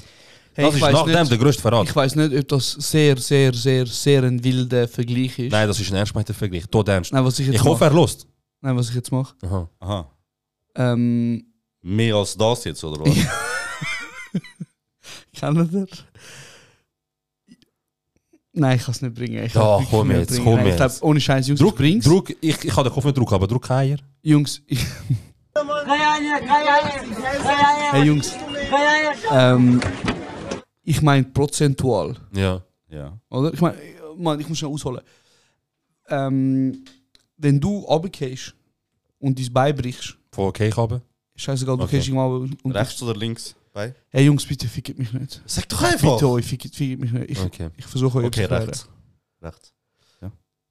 Speaker 1: Hey,
Speaker 6: das
Speaker 1: ich
Speaker 6: ist
Speaker 1: weiss
Speaker 6: nach dem
Speaker 1: nicht-
Speaker 6: der größte Verrat.
Speaker 1: Ich weiß nicht, ob das sehr, sehr, sehr, sehr ein wilder Vergleich ist.
Speaker 6: Nein, das ist ein ernstmeinter Vergleich. Tot ernst.
Speaker 1: Nein, was ich jetzt
Speaker 6: ich hoffe,
Speaker 1: mache.
Speaker 6: er lost.
Speaker 1: Nein, was ich jetzt mache.
Speaker 6: Aha.
Speaker 2: Aha.
Speaker 1: Ähm,
Speaker 2: Mehr als das jetzt, oder was?
Speaker 1: kennt ihr? Nein, ich kann es nicht bringen. Ich kann
Speaker 6: Ja,
Speaker 1: wirklich
Speaker 6: komm
Speaker 1: nicht
Speaker 6: jetzt,
Speaker 1: bringen.
Speaker 6: komm
Speaker 1: Nein, ich
Speaker 6: jetzt.
Speaker 1: glaub, ohne Scheiß, Jungs,
Speaker 6: Druck,
Speaker 1: ich bring's.
Speaker 6: Druck, ich, ich habe den Kopf nicht Druck, aber Druck Eier.
Speaker 1: Jungs, ich. hey Jungs, ähm, ich meine prozentual,
Speaker 6: Ja.
Speaker 2: ja.
Speaker 1: oder? Ich meine, Mann, ich muss schnell ausholen. Ähm, wenn du runtergehst und dein Bein brichst,
Speaker 6: Von okay haben.
Speaker 1: scheißegal, du okay.
Speaker 6: Okay.
Speaker 1: gehst irgendwann und
Speaker 2: Rechts oder links? Bei?
Speaker 1: Hey Jungs, bitte fickt mich nicht.
Speaker 2: Sag doch einfach!
Speaker 1: Bitte euch, fickt, fickt mich nicht. Ich,
Speaker 6: Okay.
Speaker 1: ich versuche euch
Speaker 2: Okay,
Speaker 1: zu erklären.
Speaker 2: rechts. Rechts.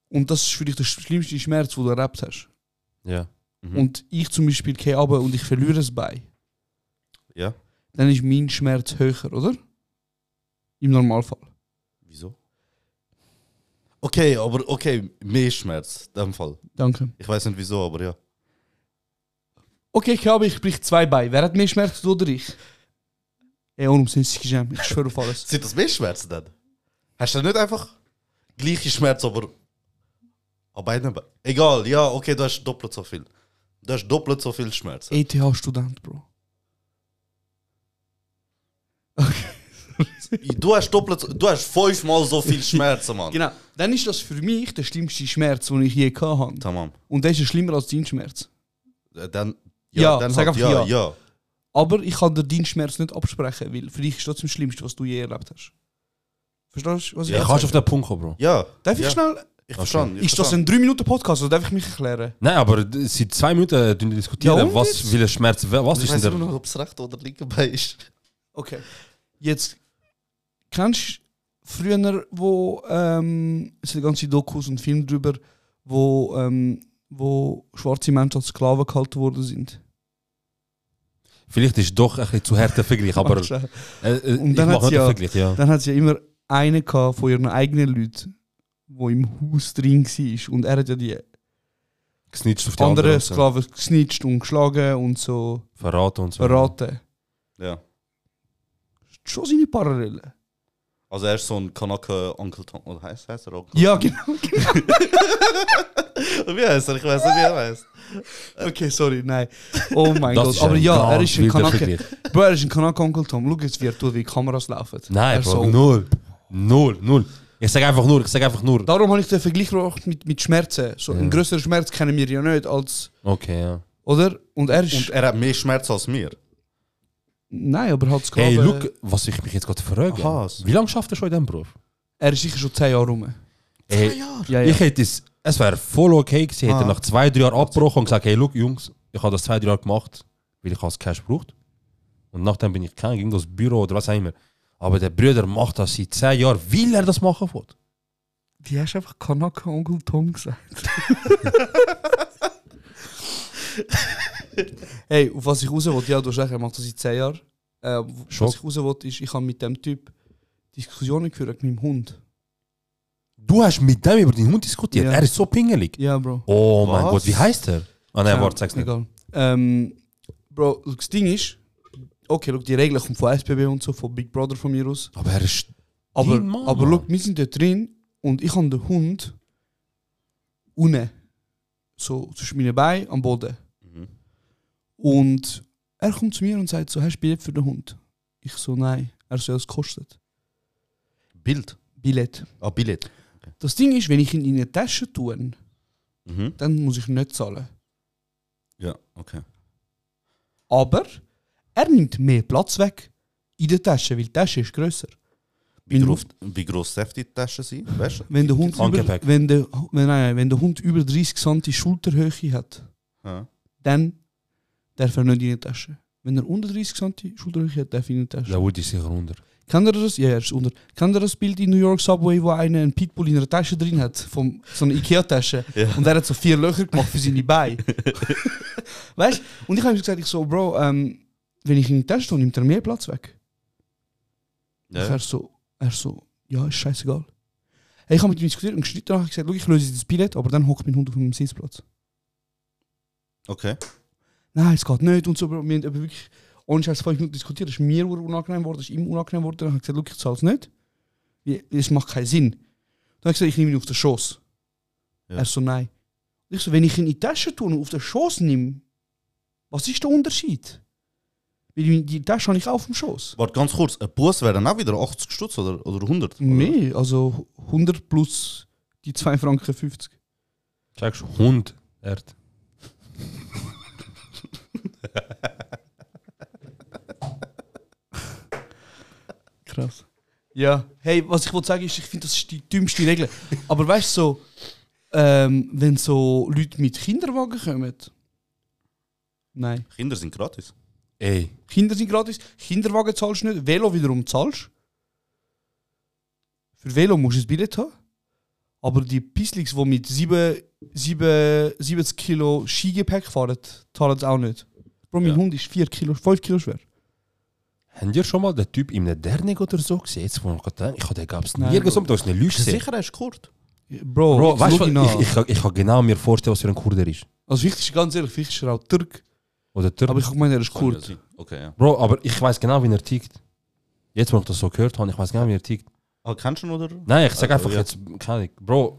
Speaker 1: Und das ist vielleicht der schlimmste Schmerz, den du erlebt hast.
Speaker 6: Ja.
Speaker 2: Mhm.
Speaker 1: Und ich zum Beispiel gehe runter und ich verliere das Bein.
Speaker 2: Ja.
Speaker 1: Dann ist mein Schmerz höher, oder? Im Normalfall.
Speaker 2: Wieso? Okay, aber okay, mehr Schmerz, in dem Fall.
Speaker 1: Danke.
Speaker 2: Ich weiß nicht wieso, aber ja.
Speaker 1: Okay, ich glaube, ich brich zwei Beine. Wer hat mehr Schmerz, du oder ich? Ey, unumsinnig Jam. Ich schwöre auf alles.
Speaker 2: Sind das mehr Schmerzen dann? Hast du nicht einfach gleiche Schmerz, aber an beiden Be Egal, ja, okay, du hast doppelt so viel. Du hast doppelt so viel Schmerz.
Speaker 1: ETH-Student, Bro.
Speaker 2: Du hast doppelt so, du hast fünfmal so viel Schmerzen, Mann.
Speaker 1: Genau. Dann ist das für mich der schlimmste Schmerz, den ich je gehabt habe.
Speaker 2: Tamam.
Speaker 1: Und der ist ja schlimmer als dein Schmerz.
Speaker 2: Äh, Dann, halt-
Speaker 1: Ja, sag einfach
Speaker 2: ja,
Speaker 1: ja.
Speaker 2: ja.
Speaker 1: Aber ich kann dir deinen Schmerz nicht absprechen, weil für dich ist das das Schlimmste, was du je erlebt hast. Verstehst du, was ich
Speaker 6: Ich
Speaker 1: jetzt
Speaker 6: kannst
Speaker 1: sage?
Speaker 6: auf den Punkt kommen, Bro.
Speaker 2: Ja.
Speaker 1: Darf ich
Speaker 2: ja.
Speaker 1: schnell...
Speaker 2: Ich verstand. Ich
Speaker 1: Ist das
Speaker 2: verstand.
Speaker 1: ein 3-Minuten-Podcast oder darf ich mich erklären?
Speaker 6: Nein, aber d- seit zwei Minuten äh, tun wir diskutieren,
Speaker 1: Ja, und
Speaker 6: was
Speaker 1: jetzt?
Speaker 6: will der Schmerz, we- was
Speaker 2: Ich
Speaker 6: dus ist
Speaker 2: weiß
Speaker 6: denn
Speaker 2: nur
Speaker 6: der.
Speaker 2: noch, ob es recht oder linke Bein ist.
Speaker 1: Okay. Jetzt, kennst du früher, wo... Ähm, es sind ganze Dokus und Filme drüber, wo, ähm, wo schwarze Menschen als Sklaven gehalten worden sind.
Speaker 6: Vielleicht ist doch ein bisschen zu hart der Vergleich, aber
Speaker 1: Machst du?
Speaker 6: äh, äh,
Speaker 1: Und
Speaker 6: ich
Speaker 1: dann
Speaker 6: mache
Speaker 1: hat's
Speaker 6: nicht den
Speaker 1: ja-
Speaker 6: Vergleich, ja.
Speaker 1: Dann hat es ja immer einen gehabt von ihren eigenen Leuten, der im Haus drin war. Und er hat ja die
Speaker 6: Gesnitcht auf die
Speaker 1: andere,
Speaker 6: anderen. und so.
Speaker 1: Sklaven gesnitcht und geschlagen und so
Speaker 6: Verraten und so.
Speaker 1: verraten.
Speaker 2: Ja.
Speaker 1: Schon seine Parallelen.
Speaker 2: Also er ist so ein Kanake Onkel Tom. Oder heißt, heißt er Onkel
Speaker 1: Ja, genau.
Speaker 2: Wie heißt er? Ich weiß nicht, wie er heißt.
Speaker 1: Okay, sorry, nein. Oh mein
Speaker 6: Das
Speaker 1: Gott.
Speaker 6: ist
Speaker 1: Aber
Speaker 6: ein
Speaker 1: ja, er
Speaker 6: ganz
Speaker 1: ist ein
Speaker 6: wilder
Speaker 1: Kanake.
Speaker 6: Vergleich.
Speaker 1: Bro, er ist ein Kanake Onkel Tom. Schau jetzt, wie er tut, wie die Kameras laufen.
Speaker 6: Nein,
Speaker 1: er
Speaker 6: Bro,
Speaker 1: so-
Speaker 6: null. Null, null. Ich sag einfach nur, ich sag einfach nur.
Speaker 1: Darum habe ich den Vergleich gemacht mit, mit Schmerzen. So, Ein
Speaker 6: Ja.
Speaker 1: größerer Schmerz kennen wir ja nicht als.
Speaker 6: Okay, ja.
Speaker 1: Oder? Und er ist.
Speaker 2: Und er hat mehr Schmerz als mir.
Speaker 1: nein, aber halt Sklave.
Speaker 6: Hey, look, was ich mich jetzt gerade frage.
Speaker 2: Aha.
Speaker 6: Wie lange schafft er schon in diesem Beruf?
Speaker 1: Er ist sicher schon 10 Jahre rum.
Speaker 6: Hey,
Speaker 1: Ja, ja. Ah.
Speaker 6: Ich hätte es, es wäre voll okay gewesen, hätte er nach zwei, drei Jahren abgebrochen und gesagt, hey, look, Jungs, ich habe das zwei, drei Jahre gemacht, weil ich das Cash braucht. Und nachdem bin ich kein gegen das Büro oder was auch immer. Aber der Bruder macht das seit zehn Jahren, weil er das machen will.
Speaker 1: Die hast einfach Kanake Onkel Tom gesagt. hey, auf was ich raus will, ja, du hast recht, er macht das seit 10 Jahren. Äh, w-
Speaker 6: Schon.
Speaker 1: was ich raus will, ist, ich habe mit dem Typ Diskussionen geführt mit meinem Hund.
Speaker 6: Du hast mit dem über den Hund diskutiert.
Speaker 1: Ja.
Speaker 6: Er ist so pingelig.
Speaker 1: Ja, Bro.
Speaker 6: Oh mein
Speaker 2: Was?
Speaker 6: Gott, wie heißt er? Ah nein, warte, sag's nicht.
Speaker 1: Egal. Ähm, Bro, look, das Ding ist, okay, look, die Regeln kommen von SPB und so, von Big Brother von mir aus.
Speaker 6: Aber er ist.
Speaker 1: Aber,
Speaker 6: Dein Mann,
Speaker 1: aber
Speaker 6: Mann.
Speaker 1: look, wir sind dort drin und ich habe den Hund unten, so zwischen meinen Beinen am Boden.
Speaker 2: Mhm.
Speaker 1: Und er kommt zu mir und sagt so, hast du Billett für den Hund? Ich so, nein. Er so, ja, es kostet.
Speaker 2: Bild.
Speaker 1: Billett.
Speaker 2: Ah, Billett.
Speaker 1: Das Ding ist, wenn ich ihn in eine Tasche tue,
Speaker 2: Mhm.
Speaker 1: dann muss ich nicht zahlen.
Speaker 2: Ja, okay.
Speaker 1: Aber er nimmt mehr Platz weg in der Tasche, weil die Tasche ist grösser.
Speaker 2: Wie,
Speaker 1: Mein-
Speaker 2: groß, wie groß darf die Tasche sein? Weißt du?
Speaker 1: Wenn der Hund, über,
Speaker 6: Handgepäck.
Speaker 1: wenn der, wenn, nein, wenn der Hund über 30 cm Schulterhöhe hat,
Speaker 2: Ja.
Speaker 1: dann darf er nicht in die Tasche. Wenn er unter 30 cm Schulterhöhe hat, darf er in die Tasche.
Speaker 6: Der Hund ist sicher runter.
Speaker 1: Kennt ihr das? Ja, er ist unter. Kennt ihr das Bild in New York Subway, wo einer einen Pitbull in einer Tasche drin hat? Von so einer Ikea-Tasche. Und er hat so vier Löcher gemacht für seine Beine. weißt du? Und ich habe ihm gesagt, ich so, Bro, ähm, wenn ich in die Tasche tue, nimmt er mehr Platz weg. Und
Speaker 2: Ja.
Speaker 1: Er, so, er so, ja, ist scheißegal. Hey, ich habe mit ihm diskutiert und geschnitten danach gesagt, schau, ich löse das Billett, aber dann hockt mein Hund auf meinem Sitzplatz.
Speaker 2: Okay.
Speaker 1: nein, es geht nicht und so. Bro. Wir haben eben wirklich ohne Scheiß fünf Minuten diskutiert. Es ist mir unangenehm geworden, es ist ihm unangenehm geworden. Dann habe ich gesagt, look, ich zahle es nicht. Wie- Es macht keinen Sinn. Dann habe ich gesagt, ich nehme ihn auf den Schoß.
Speaker 2: Ja.
Speaker 1: Er so, nein. Ich so, wenn ich ihn in die Tasche tue und auf den Schoß nehme, was ist der Unterschied? Weil die Tasche habe ich auch auf dem Schoß.
Speaker 2: Warte, ganz kurz, ein Bus wäre dann auch wieder 80 Stutz oder, oder 100? oder?
Speaker 1: Nein, also 100 plus die 2 Franken 50.
Speaker 6: Checkst du? Hund. Erd.
Speaker 1: Krass. Ja, hey, was ich wollte sagen ist, ich finde, das ist die dümmste Regel. Aber weißt du, so, ähm, wenn so Leute mit Kinderwagen kommen. Nein.
Speaker 2: Kinder sind gratis.
Speaker 6: Ey.
Speaker 1: Kinder sind gratis, Kinderwagen zahlst du nicht, Velo wiederum zahlst. Für Velo musst du ein Billett haben. Aber die Pislings, die mit 7, 7, 70 Kilo Skigepäck fahren, zahlen es auch nicht. Bro, mein
Speaker 2: Ja.
Speaker 1: Hund ist 4 Kilo, 5 Kilo schwer.
Speaker 6: Habt ihr schon mal den Typ in einem Dernig oder so gesehen? Jetzt, wo ich gerade denke, ich habe den gab's
Speaker 1: Nein,
Speaker 6: nirgends
Speaker 1: Bro.
Speaker 6: um, da ist eine Lüge gesehen.
Speaker 2: Sicher, er ist Kurt.
Speaker 1: Bro,
Speaker 6: Bro, weißt
Speaker 1: schau
Speaker 6: du,
Speaker 1: ihn an.
Speaker 6: was, ich, ich, ich kann genau mir vorstellen, was für ein Kurder ist.
Speaker 1: Also wichtig ist ganz ehrlich, wichtig ist er auch Türk.
Speaker 6: Oder Türk.
Speaker 1: Aber ich meine, er ist
Speaker 2: Kann ja
Speaker 1: Kurd.
Speaker 2: sein. Okay, ja.
Speaker 6: Bro, aber ich weiß genau, wie er tickt. Jetzt, wo ich das so gehört habe, ich weiß genau, wie er tickt.
Speaker 2: Ah, kennst du ihn oder?
Speaker 6: Nein, ich sage
Speaker 2: Also,
Speaker 6: einfach
Speaker 2: ja.
Speaker 6: jetzt, keine Ahnung. Bro,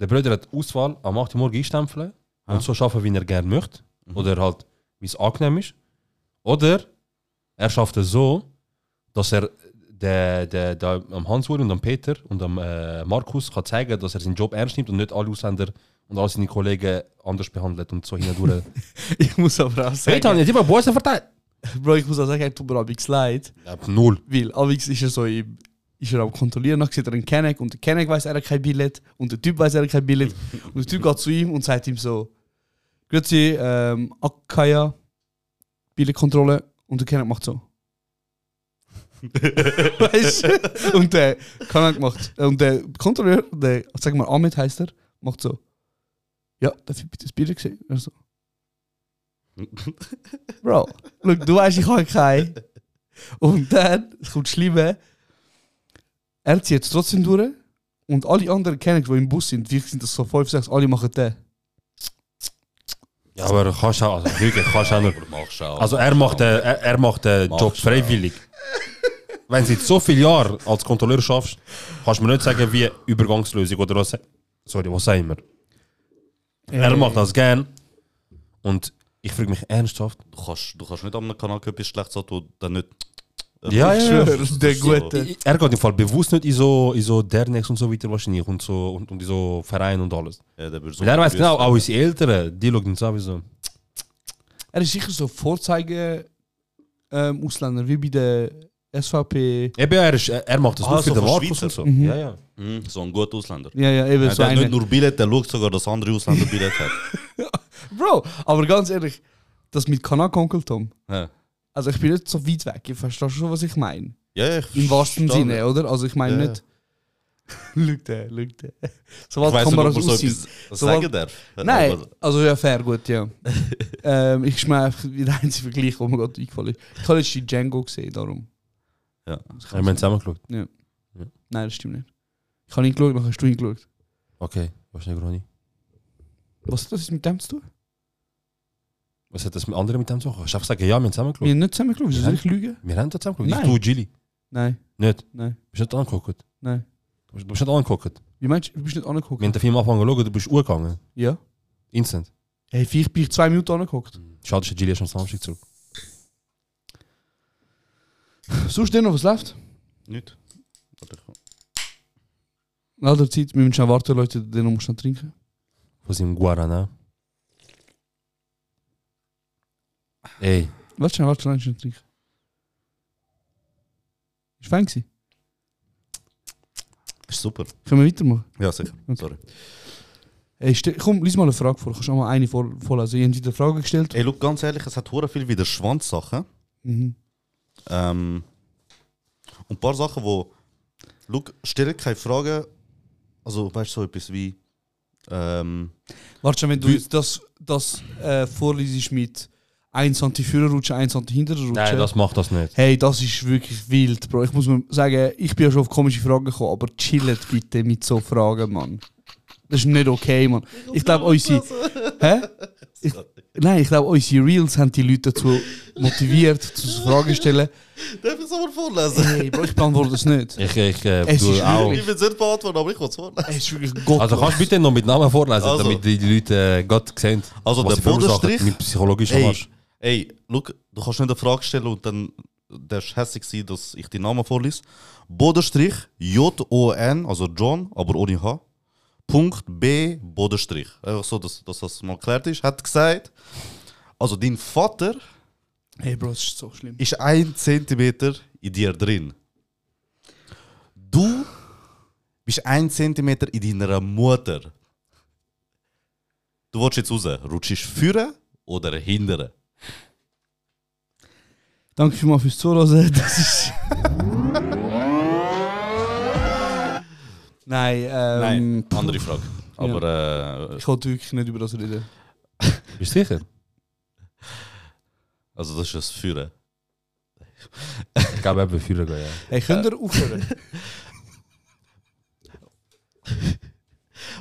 Speaker 6: der Bruder hat Auswahl am 8. Uhr morgen einstempeln
Speaker 2: Ja.
Speaker 6: und so schaffen, wie er gerne möchte.
Speaker 1: Mhm.
Speaker 6: Oder halt, wie es angenehm ist. Oder er schafft es so, dass er der, der, der, am Hans-Uri und am Peter und am äh, Markus kann zeigen, dass er seinen Job ernst nimmt und nicht alle Ausländer und alle seine Kollegen anders behandelt und so hindurch.
Speaker 1: Ich muss aber auch
Speaker 6: hey,
Speaker 1: sagen,
Speaker 6: Tanja, die war Bosen verteilt.
Speaker 1: Bro, ich muss auch sagen, er tut mir abends leid,
Speaker 6: Ja, null.
Speaker 1: weil abends ist er so im, ist er am Kontrollieren, dann sieht er einen Kenneck und der Kenneck weiß, er hat kein Billett und der Typ weiß, er hat kein Billett und der Typ geht zu ihm und sagt ihm so, Grüezi, ähm, Akaya, Billettkontrolle und der Kenneck macht so. weißt du? Und der Kenneck macht, und der Kontrolleur, der, sag mal, Ahmed heißt er, macht so, ja, darf ich bitte das Billett sehen? Er so, Bro, look, du weißt, ich habe keinen. Und dann es kommt das Schlimme. Er zieht es trotzdem durch. Und alle anderen kennen, die im Bus sind, vielleicht sind das so 5, 6, alle machen den.
Speaker 6: Ja, aber kannst du auch, also wirklich, kannst du auch nicht.
Speaker 2: Machst du auch.
Speaker 6: Also er macht, den- er, er macht den
Speaker 2: Mach's
Speaker 6: Job freiwillig. Wenn du jetzt so viele Jahre als Kontrolleur schaffst, kannst du mir nicht sagen, wie Übergangslösung oder was. Sorry, was sagen wir? Er macht das gern. Und ich frage mich ernsthaft.
Speaker 2: du, kannst, du kannst nicht an einem Kanal etwas Schlechtes sagen, du dann nicht. Äh,
Speaker 6: Ja, ja, ja.
Speaker 1: Der Gute.
Speaker 6: Ich- Er geht im Fall bewusst nicht in so, in so Dernex und so weiter wahrscheinlich und so und, und in so Vereine und alles.
Speaker 2: Ja, der wird so
Speaker 6: Weil er weiß
Speaker 2: grüßt.
Speaker 6: genau, auch unsere Eltern, die schauen uns sowieso.
Speaker 1: Er ist sicher so Vorzeige-Ausländer, wie bei der SVP.
Speaker 6: Eben, er, ist, er macht das
Speaker 2: Ah,
Speaker 6: nur für
Speaker 2: so
Speaker 6: den
Speaker 2: von
Speaker 6: Markus
Speaker 2: Schweizer.
Speaker 6: und so.
Speaker 1: Mhm.
Speaker 6: Ja, ja.
Speaker 2: Mhm, So ein guter Ausländer.
Speaker 1: Ja, ja, eben
Speaker 2: Nein,
Speaker 1: so
Speaker 2: der hat
Speaker 1: eine.
Speaker 2: nicht nur Billett, der schaut sogar, dass andere Ausländer Billett hat.
Speaker 1: Bro, aber ganz ehrlich, das mit Kanak Onkel Tom.
Speaker 2: Ja.
Speaker 1: Also ich bin nicht so weit weg, ihr versteht schon, was ich meine.
Speaker 2: Ja, ja, ich
Speaker 1: Im wahrsten
Speaker 2: verstehe.
Speaker 1: Sinne, oder? Also ich meine
Speaker 2: Ja.
Speaker 1: nicht. Schau der, schau der.
Speaker 2: Ich
Speaker 1: Sobald die
Speaker 2: weiß nicht,
Speaker 1: Kamera
Speaker 2: ob
Speaker 1: so
Speaker 2: man so
Speaker 1: aussieht.
Speaker 2: etwas
Speaker 1: Sobald-
Speaker 2: sagen darf.
Speaker 1: Nein,
Speaker 2: Aber-
Speaker 1: also ja, fair, gut, ja. ähm, ich schmeiße einfach wie der einzige Vergleich, der mir gerade eingefallen ist. Ich habe letztens Django gesehen, darum.
Speaker 2: Ja.
Speaker 1: Das
Speaker 6: Wir
Speaker 1: kann
Speaker 6: haben
Speaker 1: sein.
Speaker 6: zusammengeschaut.
Speaker 1: Nein, das stimmt nicht. Ich habe ihn geschaut, dann hast du ihn geschaut.
Speaker 6: Okay, was ist denn, Groni?
Speaker 1: Was hat das mit dem zu tun?
Speaker 6: Was hat das mit anderen mit dem zu machen? Kannst du einfach sagen, ja, wir haben zusammen
Speaker 1: Wir
Speaker 6: geschaut?
Speaker 1: haben nicht zusammen geschaut, wieso soll ich lügen?
Speaker 6: Wir haben da zusammen geschaut.
Speaker 1: Nein.
Speaker 6: Nicht du, Gilly.
Speaker 1: Nein,
Speaker 6: Nicht.
Speaker 1: nein,
Speaker 6: Du bist nicht angeguckt.
Speaker 1: nein.
Speaker 6: Du bist du bist nicht angeguckt.
Speaker 1: Wie meinst du, du bist nicht
Speaker 6: Wir haben
Speaker 1: angeguckt?
Speaker 6: den Film angefangen zu schauen, du bist umgegangen.
Speaker 1: Ja.
Speaker 6: Instant.
Speaker 1: Hey, vielleicht bin ich zwei Minuten angeguckt.
Speaker 6: Schade, dass der Gilly erst am Samstag zurück.
Speaker 1: Sonst denn noch was läuft?
Speaker 2: Nicht. Warte, ich-
Speaker 1: In aller Zeit, wir müssen schon warten, Leute, den musst du noch trinken.
Speaker 6: Von seinem Guarana. Ey,
Speaker 1: Warte schon, warte schon, warte schon trinken. Ist fein gewesen.
Speaker 2: Ist super. Mhm.
Speaker 1: Können wir weitermachen?
Speaker 2: Ja, sicher.
Speaker 1: Okay.
Speaker 2: Sorry.
Speaker 1: Hey, stell, komm, lies mal eine Frage vor. Kannst du auch mal eine vor, vorlesen? Ich habe dir eine Frage gestellt.
Speaker 2: Ey, look, ganz ehrlich, es hat hure viel wieder Schwanzsachen.
Speaker 1: Mhm.
Speaker 2: Ähm, und ein paar Sachen, wo. Look, stell keine Fragen. Also, weißt du, so etwas wie. Ähm,
Speaker 1: Warte schon, wenn du
Speaker 2: Wie-
Speaker 1: jetzt das, das äh, vorliest mit 1 cm Führerrutsche, 1 cm Hinterrutsche.
Speaker 6: nein, das macht das nicht.
Speaker 1: hey, das ist wirklich wild, Bro. Ich muss mir sagen, ich bin ja schon auf komische Fragen gekommen, aber chillet bitte mit so Fragen, Mann. Das ist nicht okay, Mann. Ich glaube, unsere. Hä? Ich, Nein, ich glaube, unsere Reels haben die Leute dazu motiviert, zu Fragen stellen.
Speaker 2: Darf ich es aber vorlesen?
Speaker 1: Hey, Bro, ich beantworte es nicht.
Speaker 6: Ich, ich äh,
Speaker 1: Es ist
Speaker 6: tue auch.
Speaker 1: wirklich-
Speaker 2: Ich will es nicht beantworten, aber ich will es vorlesen.
Speaker 1: Es ist wirklich gottlos.
Speaker 6: Also kannst du bitte noch mit Namen vorlesen,
Speaker 2: Also.
Speaker 6: damit die die Leute äh, Gott sehen,
Speaker 2: Also
Speaker 6: was
Speaker 2: der
Speaker 6: sie verursachen
Speaker 2: Bodenstrich-
Speaker 6: mit psychologischem
Speaker 2: Ey,
Speaker 6: Arsch.
Speaker 2: ey, look, du kannst nicht eine Frage stellen und dann darfst du hässlich sein, dass ich den Namen vorlese. Bodenstrich J-O-N, also John, aber ohne H. Punkt B, Bodenstrich. Einfach so, dass, dass das mal geklärt ist. Hat gesagt, also dein Vater
Speaker 1: Hey, Bro, es ist so schlimm.
Speaker 2: ist ein Zentimeter in dir drin. Du bist ein Zentimeter in deiner Mutter. Du willst jetzt raus. Rutschst du führen oder hindern?
Speaker 1: Danke vielmals fürs Zuhören. Das ist. Nein, ähm,
Speaker 2: Nein, andere Frage. Aber äh,
Speaker 1: Ich wollte wirklich nicht über das reden.
Speaker 6: Bist du sicher?
Speaker 2: also das ist das Führen.
Speaker 6: Ich glaube, eben Führer gehen. Ja.
Speaker 1: Hey, könnt
Speaker 2: Äh.
Speaker 1: ihr aufhören?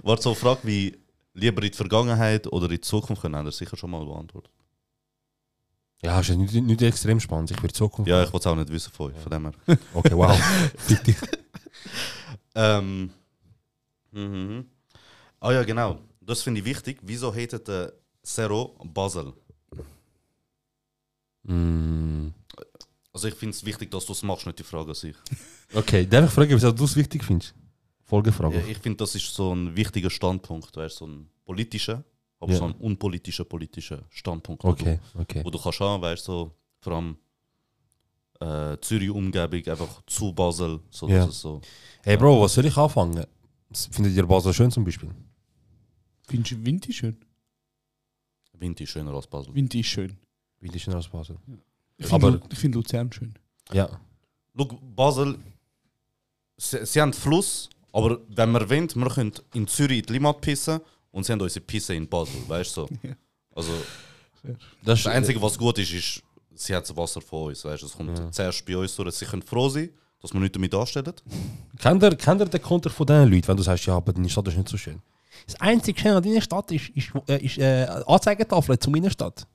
Speaker 2: War so eine Frage wie lieber in die Vergangenheit oder in die Zukunft können, haben wir sicher schon mal beantwortet.
Speaker 6: Ja, ist ja nicht, nicht extrem spannend. Ich werde Zukunft.
Speaker 2: Ja, ich wollte es auch nicht wissen von, euch, von dem her.
Speaker 6: Okay, wow. Fick dich.
Speaker 2: Ähm, mhm. Ah ja, genau. Das finde ich wichtig. Wieso hatet der Zero Basel?
Speaker 6: Mm.
Speaker 2: Also ich finde es wichtig, dass du es machst, nicht die Frage an sich.
Speaker 6: Okay, darf ich fragen, wieso du es wichtig findest? Folgefrage.
Speaker 2: Ja, ich finde, das ist so ein wichtiger Standpunkt. Weißt, so ein politischer, aber
Speaker 6: Ja.
Speaker 2: so ein unpolitischer politischer Standpunkt. wo du-
Speaker 6: Okay, okay.
Speaker 2: wo du kannst haben, weißt du, so, vor allem äh, Zürich-Umgebung, einfach zu Basel. So,
Speaker 6: Ja.
Speaker 2: das ist so.
Speaker 6: Hey Bro, was soll ich anfangen? S- Findet ihr Basel schön zum Beispiel?
Speaker 1: Findest du Winti schön?
Speaker 2: Wind ist schöner als Basel.
Speaker 1: Winti ist schön.
Speaker 6: Wie ist schöner als Basel?
Speaker 1: Ich finde
Speaker 6: Aber-
Speaker 1: Lu- ich finde Luzern schön.
Speaker 6: Ja.
Speaker 2: Look, Basel, sie, sie haben Fluss, aber wenn wir wollen, wir können in Zürich in die Limmat pissen und sie haben unsere Pisse in Basel, weißt du? So.
Speaker 1: Ja.
Speaker 2: Also,
Speaker 6: Das ist
Speaker 2: das Einzige, was gut ist, ist, sie hat das Wasser von uns, weißt du? Es kommt zuerst bei uns durch. Sie können froh sein, dass wir nichts damit anstellen.
Speaker 6: Kennt ihr, kennt ihr den Konter von diesen Leuten, wenn du sagst, ja, aber deine Stadt ist nicht so schön? Das einzige Schöne an deiner Stadt ist, ist, äh, ist äh, Anzeigetafeln zu meiner Stadt.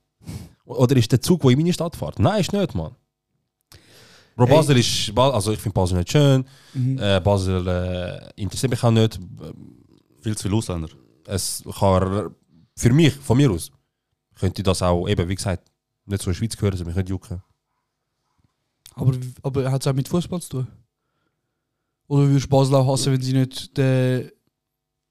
Speaker 6: Oder ist der Zug, der in meine Stadt fährt? Nein, ist nicht, Mann. Bro,
Speaker 1: Hey.
Speaker 6: Basel ist, Ba- also ich finde Basel nicht schön,
Speaker 1: Mhm.
Speaker 6: äh, Basel äh, interessiert mich auch nicht.
Speaker 2: Viel zu viele Ausländer.
Speaker 6: Es kann, für mich, von mir aus, könnte das auch, eben, wie gesagt, nicht zur Schweiz gehören, sondern mich nicht jucken.
Speaker 1: Aber, aber hat es auch mit Fußball zu tun? Oder würdest du Basel auch hassen, wenn sie nicht der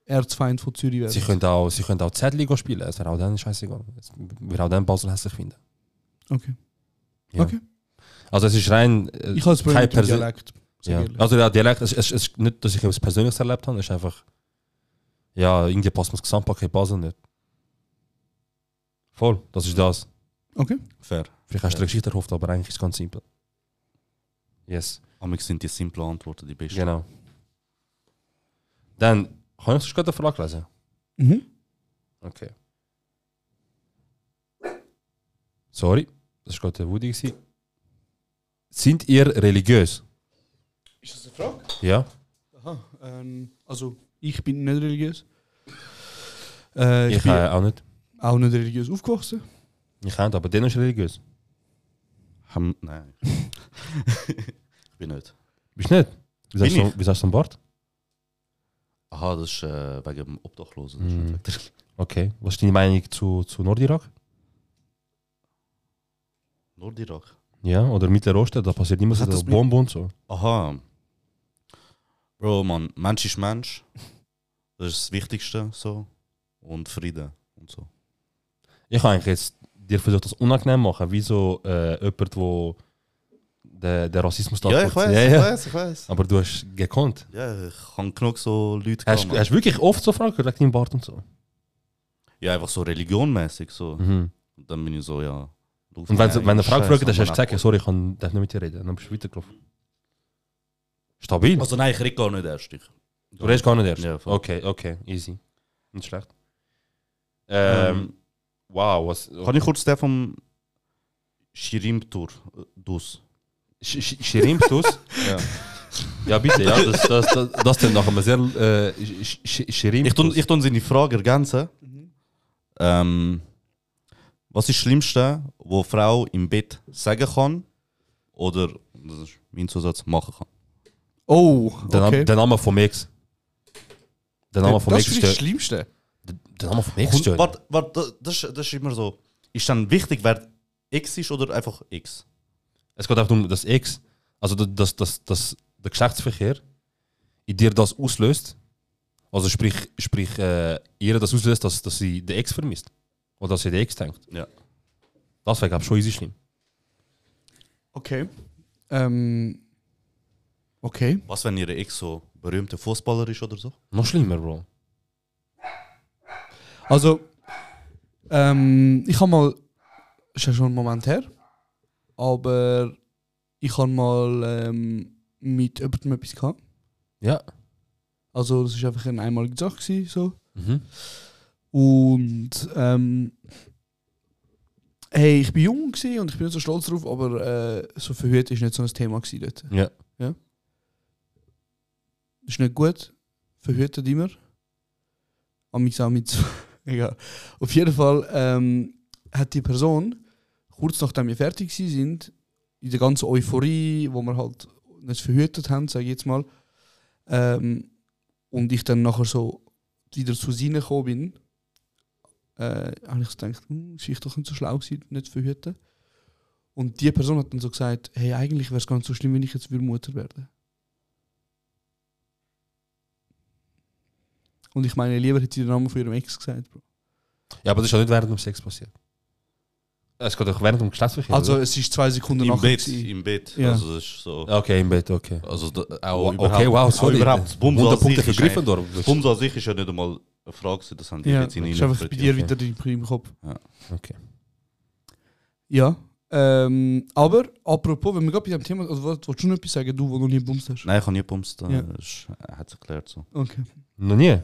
Speaker 1: Erzfeind von Zürich wären?
Speaker 6: Sie können auch, sie können auch Z-Liga spielen, es wäre auch dann scheißegal. Es würde auch dann Basel hässlich finden.
Speaker 1: Okay.
Speaker 6: Ja.
Speaker 1: okay.
Speaker 6: Also es ist rein äh,
Speaker 1: Ich habe es
Speaker 6: kein
Speaker 1: mit dem
Speaker 6: Persön-
Speaker 1: Dialekt. sag
Speaker 6: ja.
Speaker 1: ehrlich.
Speaker 6: Also der Dialekt, es, es, es ist nicht, dass ich etwas Persönliches erlebt habe, es ist einfach, ja, irgendwie passt mir das Gesamtpaket Basel nicht. Voll, das ist das.
Speaker 1: Okay.
Speaker 2: Fair.
Speaker 6: Vielleicht hast du eine Geschichte erhofft, aber eigentlich ist es ganz simpel. Yes,
Speaker 2: Amix sind die simplen Antworten die besten.
Speaker 6: genau. Dann, kann ich sonst gerade eine Frage lesen?
Speaker 1: Mhm.
Speaker 6: Okay. Sorry, das war gerade Woody. gewesen. Sind ihr religiös?
Speaker 1: Ist das eine Frage?
Speaker 6: Ja.
Speaker 1: Aha. Ähm, also, ich bin nicht religiös. Äh, ich
Speaker 6: Ich,
Speaker 1: bin
Speaker 6: äh, auch nicht.
Speaker 1: auch nicht religiös aufgewachsen.
Speaker 6: Ich auch nicht, aber dennoch religiös.
Speaker 2: Ham, nein. ich bin nicht.
Speaker 6: Bist du nicht? Wie sagst
Speaker 2: Bin
Speaker 6: du, wie sagst du am Bart?
Speaker 2: Aha, das ist äh, wegen dem Obdachlosen.
Speaker 6: Mhm.
Speaker 2: Das ist nicht wegen
Speaker 6: Okay. Was ist deine Meinung zu, zu Nordirak?
Speaker 2: der Nordirak.
Speaker 6: Ja, oder Mittelosten, da passiert immer so
Speaker 2: Hat
Speaker 6: das
Speaker 2: das mit-
Speaker 6: Bomben und so.
Speaker 2: Aha. Bro, Mann, Mensch ist Mensch. Das ist das Wichtigste. so Und Frieden und so.
Speaker 6: Ich habe eigentlich jetzt dir versucht, das unangenehm zu machen, wie so äh, jemand, wo der den Rassismus da ja, ja.
Speaker 2: ich weiß.
Speaker 6: Aber du hast gekonnt.
Speaker 2: Ja, ich habe genug so Leute
Speaker 6: Hast,
Speaker 2: gehabt,
Speaker 6: hast wirklich oft so Fragen gehört, wegen deinem Bart und so?
Speaker 2: Mann. Ja, einfach so religionmäßig. So.
Speaker 6: Mhm.
Speaker 2: Und dann bin ich so, ja. du-
Speaker 6: Und wenn,
Speaker 2: Nein,
Speaker 6: wenn eine Frage
Speaker 2: Scheiß,
Speaker 6: fragt, dann hast du
Speaker 2: Mann,
Speaker 6: gesagt, sorry, ich kann darf nicht mit dir reden. Dann bist du weitergelaufen. Stabil.
Speaker 2: Also nein, ich rede gar nicht erst. Ich.
Speaker 6: du redest gar nicht erst.
Speaker 2: Ja, voll.
Speaker 6: okay, okay, easy. Nicht schlecht. Ähm,
Speaker 2: Ähm,
Speaker 6: Wow, was.
Speaker 2: Kann ich kurz den vom Schirim-Tour äh, dus?
Speaker 6: Sch- Sch- Schirimtus?
Speaker 2: Ja.
Speaker 6: ja, bitte, ja, das, das, das, das klingt nach einem sehr. Äh, Sch- Sch-
Speaker 2: Ich
Speaker 6: Schirimtus. Mhm.
Speaker 2: tun, ich tun seine Frage ergänzen. Ähm, Was ist das Schlimmste, wo eine Frau im Bett sagen kann oder, das ist mein Zusatz, machen kann?
Speaker 1: Oh,
Speaker 6: Der, Name-
Speaker 1: okay.
Speaker 6: der Name von Mix. Der Name von
Speaker 1: das
Speaker 6: Mix
Speaker 1: ist das
Speaker 6: stört.
Speaker 1: Schlimmste.
Speaker 6: Der Name von Mix
Speaker 2: Warte,
Speaker 6: stört.
Speaker 2: warte, das- das, ist- das ist immer so. Ist dann wichtig, wer X ist oder einfach X?
Speaker 6: Es geht einfach darum, dass X, also dass, dass, dass, dass der Geschlechtsverkehr in dir das auslöst. Also sprich, sprich äh, ihr das auslöst, dass, dass sie den Ex vermisst. Oder dass sie den Ex denkt.
Speaker 2: Ja.
Speaker 6: Das wäre, glaube ich, schon easy schlimm.
Speaker 1: Okay. Ähm, okay.
Speaker 2: Was, wenn ihre Ex so berühmter Fußballer ist oder so?
Speaker 6: Noch schlimmer, Bro.
Speaker 1: Also, ähm, ich habe mal, ist ja schon einen Moment her, aber ich habe mal ähm, mit jemandem etwas gehabt.
Speaker 6: Ja.
Speaker 1: Also, das war einfach eine einmalige Sache. Gewesen, so.
Speaker 6: Mhm.
Speaker 1: Und ähm, hey, ich bin jung gewesen und ich bin nicht so stolz drauf, aber äh, so verhütet ist nicht so ein Thema gewesen dort.
Speaker 6: Ja.
Speaker 1: ja. Ist nicht gut. Verhütet immer. Am auch mit zwei- Egal. Auf jeden Fall ähm, hat die Person, kurz nachdem wir fertig gewesen sind, in der ganzen Euphorie, wo wir halt nicht verhütet haben, sage ich jetzt mal, ähm, und ich dann nachher so wieder zu sie gekommen bin, äh, habe ich so gedacht, hm, ist ich doch nicht so schlau gewesen, nicht zu verhüten. Und die Person hat dann so gesagt, hey, eigentlich wäre es gar nicht so schlimm, wenn ich jetzt wieder Mutter werde. Und ich meine, lieber hätte sie den Namen von ihrem Ex gesagt, Bro.
Speaker 6: Ja, aber das ist ja nicht während dem Sex passiert. Es geht doch während dem Geschlechtsverkehr.
Speaker 1: Also
Speaker 6: oder?
Speaker 1: es ist zwei Sekunden
Speaker 2: Im
Speaker 1: nachher.
Speaker 2: Bett,
Speaker 1: gewesen.
Speaker 2: im Bett.
Speaker 1: Ja.
Speaker 2: Also das ist so.
Speaker 6: Okay, im Bett, okay.
Speaker 2: Also da,
Speaker 6: Wow,
Speaker 2: auch
Speaker 6: okay, wow, sorry.
Speaker 2: Auch überhaupt, das Bumso an
Speaker 6: Punkte
Speaker 2: sich
Speaker 6: für
Speaker 2: ist eigentlich-
Speaker 6: Gryffindor.
Speaker 2: das Bumso an sich ist ja nicht einmal eine Frage, gewesen, das haben die
Speaker 1: Ja,
Speaker 2: jetzt
Speaker 1: ist
Speaker 2: in
Speaker 1: einfach bei dir
Speaker 2: interpretiert.
Speaker 1: wieder im- im Kopf.
Speaker 6: Okay.
Speaker 1: Ja. Ähm, aber apropos, wenn wir gerade bei dem Thema, also willst willst du noch etwas sagen, du, wo noch nie bumst hast?
Speaker 2: Nein, ich habe nie gepumst.
Speaker 1: Ja.
Speaker 2: Ja. Hat sich äh, erklärt so.
Speaker 1: Okay.
Speaker 6: Noch nie?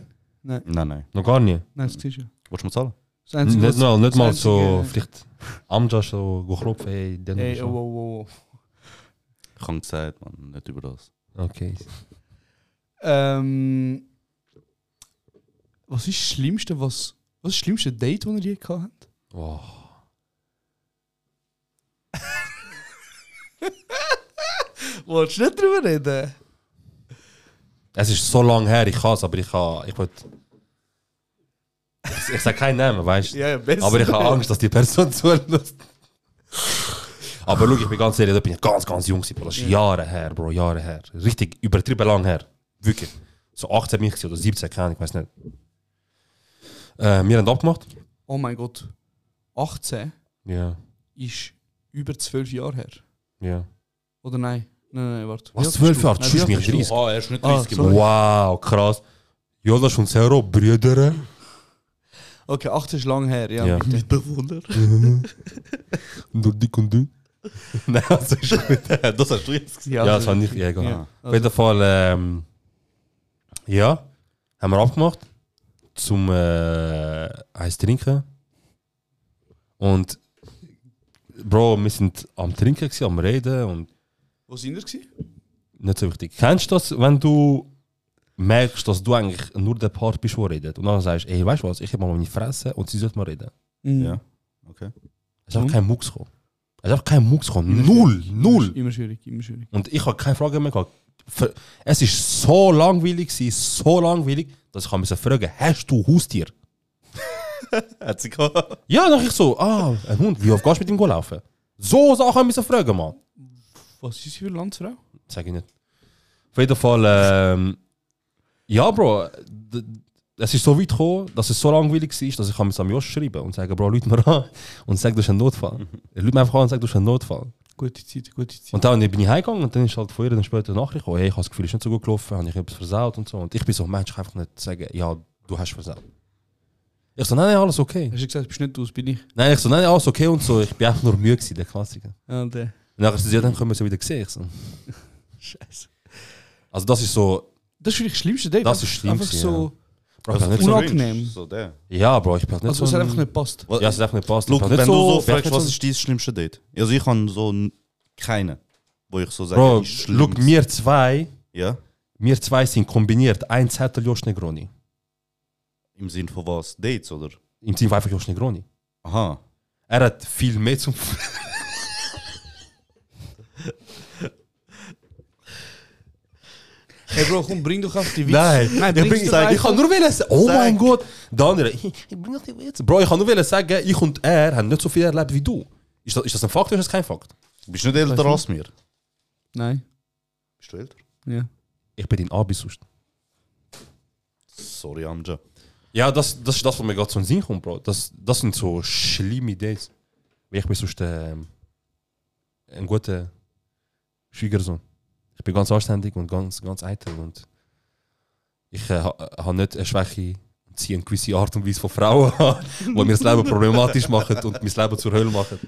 Speaker 2: Nein, nein.
Speaker 6: Noch gar nou, nie?
Speaker 1: Nein, das ist ja.
Speaker 2: Willst du mal zahlen?
Speaker 1: Das Einzige,
Speaker 6: nicht
Speaker 1: was-
Speaker 6: mal, nicht
Speaker 1: das
Speaker 6: mal so,
Speaker 1: Einzige-
Speaker 6: vielleicht Amja so geklopft, hey, dann
Speaker 1: Hey, oh, oh, oh, oh.
Speaker 2: Ich habe gesagt, man, nicht über das.
Speaker 6: Okay.
Speaker 1: Ähm, was ist das Schlimmste, was, was ist das schlimmste Date, das ihr je gehabt habt?
Speaker 6: Wow.
Speaker 1: Wolltest du nicht drüber reden?
Speaker 6: Es ist so lange her, ich kann es, aber ich kann, ich wollte... Ich, ich sage keinen Namen, weißt du?
Speaker 1: Ja, ja, besser.
Speaker 6: Aber ich habe Angst, dass die Person zulässt. Aber schau, ich bin ganz ehrlich, da bin ich ganz, ganz jung gewesen, Bro. Das ist Jahre her, Bro, Jahre her. Richtig übertrieben lang her. Wirklich. So 18 bin ich gewesen oder 17, keine Ahnung, ich weiß nicht. Äh, wir haben abgemacht.
Speaker 1: Oh mein Gott. 18
Speaker 6: Ja,
Speaker 1: ist über 12 Jahre her.
Speaker 6: ja.
Speaker 1: Oder nein? Nein, nein, nein, warte.
Speaker 6: Was,
Speaker 1: Wie alt
Speaker 6: 12
Speaker 1: bist du?
Speaker 6: Jahre?
Speaker 1: Nein, wie alt bist
Speaker 6: Tschüss, mich
Speaker 1: du?
Speaker 6: 30.
Speaker 2: Ah, er ist nicht
Speaker 1: Ah,
Speaker 2: 30
Speaker 1: sorry.
Speaker 2: geworden.
Speaker 6: Wow, krass. Jonas und Zero, Brüder.
Speaker 1: Okay, 18 ist lang her, ja.
Speaker 6: Ja.
Speaker 1: bitte.
Speaker 6: Nicht Nur dick und dünn. Nein, also ist gut.
Speaker 2: das hast du jetzt gesagt.
Speaker 6: Ja, das war nicht egal.
Speaker 2: Ah,
Speaker 6: Auf jeden Fall, ähm, ja, haben wir abgemacht zum äh, Eis trinken. Und Bro, wir sind am Trinken, gewesen, am Reden und
Speaker 1: Wo sind wir gewesen?
Speaker 6: nicht so wichtig. Kennst du das, wenn du merkst, dass du eigentlich nur der Part bist, der redet und dann sagst, ey, weißt du was, ich habe mal meine Fresse und sie sollte mal reden.
Speaker 1: Mm.
Speaker 2: Ja. Okay.
Speaker 6: Es
Speaker 1: Mhm.
Speaker 6: ist auch kein Mucks gekommen. Es ist auch kein Mucks gekommen. Null, null.
Speaker 1: Immer schwierig, immer schwierig.
Speaker 6: Und ich habe keine Frage mehr gehabt. Ver- Es ist so langweilig, gewesen, so langweilig, dass ich mich fragen hast du Haustier?
Speaker 2: Hat sie gehabt.
Speaker 6: Ja, dann ich so, ah, ein Hund, wie oft gehst du mit ihm laufen? So Sachen müssen fragen, Mann.
Speaker 1: Was ist sie für eine Landsfrau?
Speaker 6: Sag ich nicht. Auf jeden Fall, ähm, ja, Bro, d- es ist so weit gekommen, dass es so langweilig war, dass ich mich am Josh schreiben und sagen, Bro, Leute mir an und sag, das ist ein Notfall. Leute mir einfach an und sag, das ist ein Notfall.
Speaker 1: Gute Zeit, gute Zeit.
Speaker 6: Und dann bin ich heimgegangen und dann ist halt vorher dann später eine Nachricht gekommen, hey, ich habe das Gefühl, es ist nicht so gut gelaufen, habe ich etwas versaut und so. Und ich bin so, Mensch, ich kann einfach nicht sagen, ja, du hast versaut. Ich so, nein, nein, alles okay.
Speaker 1: Hast du gesagt, bist nicht du, es bin ich.
Speaker 6: Nein, ich so, nein, nein, alles okay und so. Ich bin einfach nur müde gewesen, der Klassiker.
Speaker 1: Ja, der.
Speaker 6: Und dann, ja, dann können wir sie wieder sehen. Ich so.
Speaker 1: Scheiße.
Speaker 6: Also das ist so,
Speaker 1: Das ist vielleicht das schlimmste Date.
Speaker 6: Das ist
Speaker 1: Einfach-
Speaker 6: schlimm
Speaker 1: Einfach
Speaker 6: gewesen,
Speaker 1: so.
Speaker 2: Also
Speaker 6: Bro, ich bin nicht so
Speaker 1: unangenehm.
Speaker 2: So der.
Speaker 6: ja, Bro, ich bin halt nicht
Speaker 1: Also, es
Speaker 6: so...
Speaker 1: hat
Speaker 6: ein-
Speaker 1: einfach nicht gepasst.
Speaker 6: Ja, es hat einfach nicht passt.
Speaker 2: Look, wenn du so fragst, was
Speaker 6: ist...
Speaker 2: ist dein schlimmste Date? Also ich habe so n- keine, wo ich so sage,
Speaker 6: Bro,
Speaker 2: ist schlimm.
Speaker 6: look, wir zwei,
Speaker 2: Ja?
Speaker 6: wir zwei sind kombiniert, ein Zettel Josh Negroni.
Speaker 2: Im Sinn von was? Dates, oder?
Speaker 6: Im Team war einfach Josh Negroni.
Speaker 2: Aha.
Speaker 6: Er hat viel mehr zum.
Speaker 1: Hey Bro, komm, bring doch auf die Witz.
Speaker 6: Nein,
Speaker 1: Nein
Speaker 6: ich,
Speaker 1: bring's
Speaker 6: bring,
Speaker 1: doch
Speaker 6: sag, ich
Speaker 1: einfach.
Speaker 6: kann nur wollen sagen, oh
Speaker 2: Sag.
Speaker 6: mein Gott, der andere, ich, ich bring doch die Witze. Bro, ich kann nur wollen sagen, ich und er haben nicht so viel erlebt wie du. Ist das, ist das ein Fakt oder ist das kein Fakt?
Speaker 2: Bist du nicht älter als mir?
Speaker 1: Nein,
Speaker 2: Bist du älter?
Speaker 1: ja.
Speaker 6: Ich bin in Abi sonst.
Speaker 2: Sorry, Amja.
Speaker 6: Ja, das, das ist das, was mir gerade so in den Sinn kommt, Bro. Das, das sind so schlimme Dates. Weil Ich bin sonst ähm, ein guter Schwiegersohn. Ich bin ganz anständig und ganz, ganz eitel. Und ich äh, ha- habe nicht eine Schwäche und ziehe eine gewisse Art und Weise von Frauen an, die mir das Leben problematisch machen und mein Leben zur Hölle machen.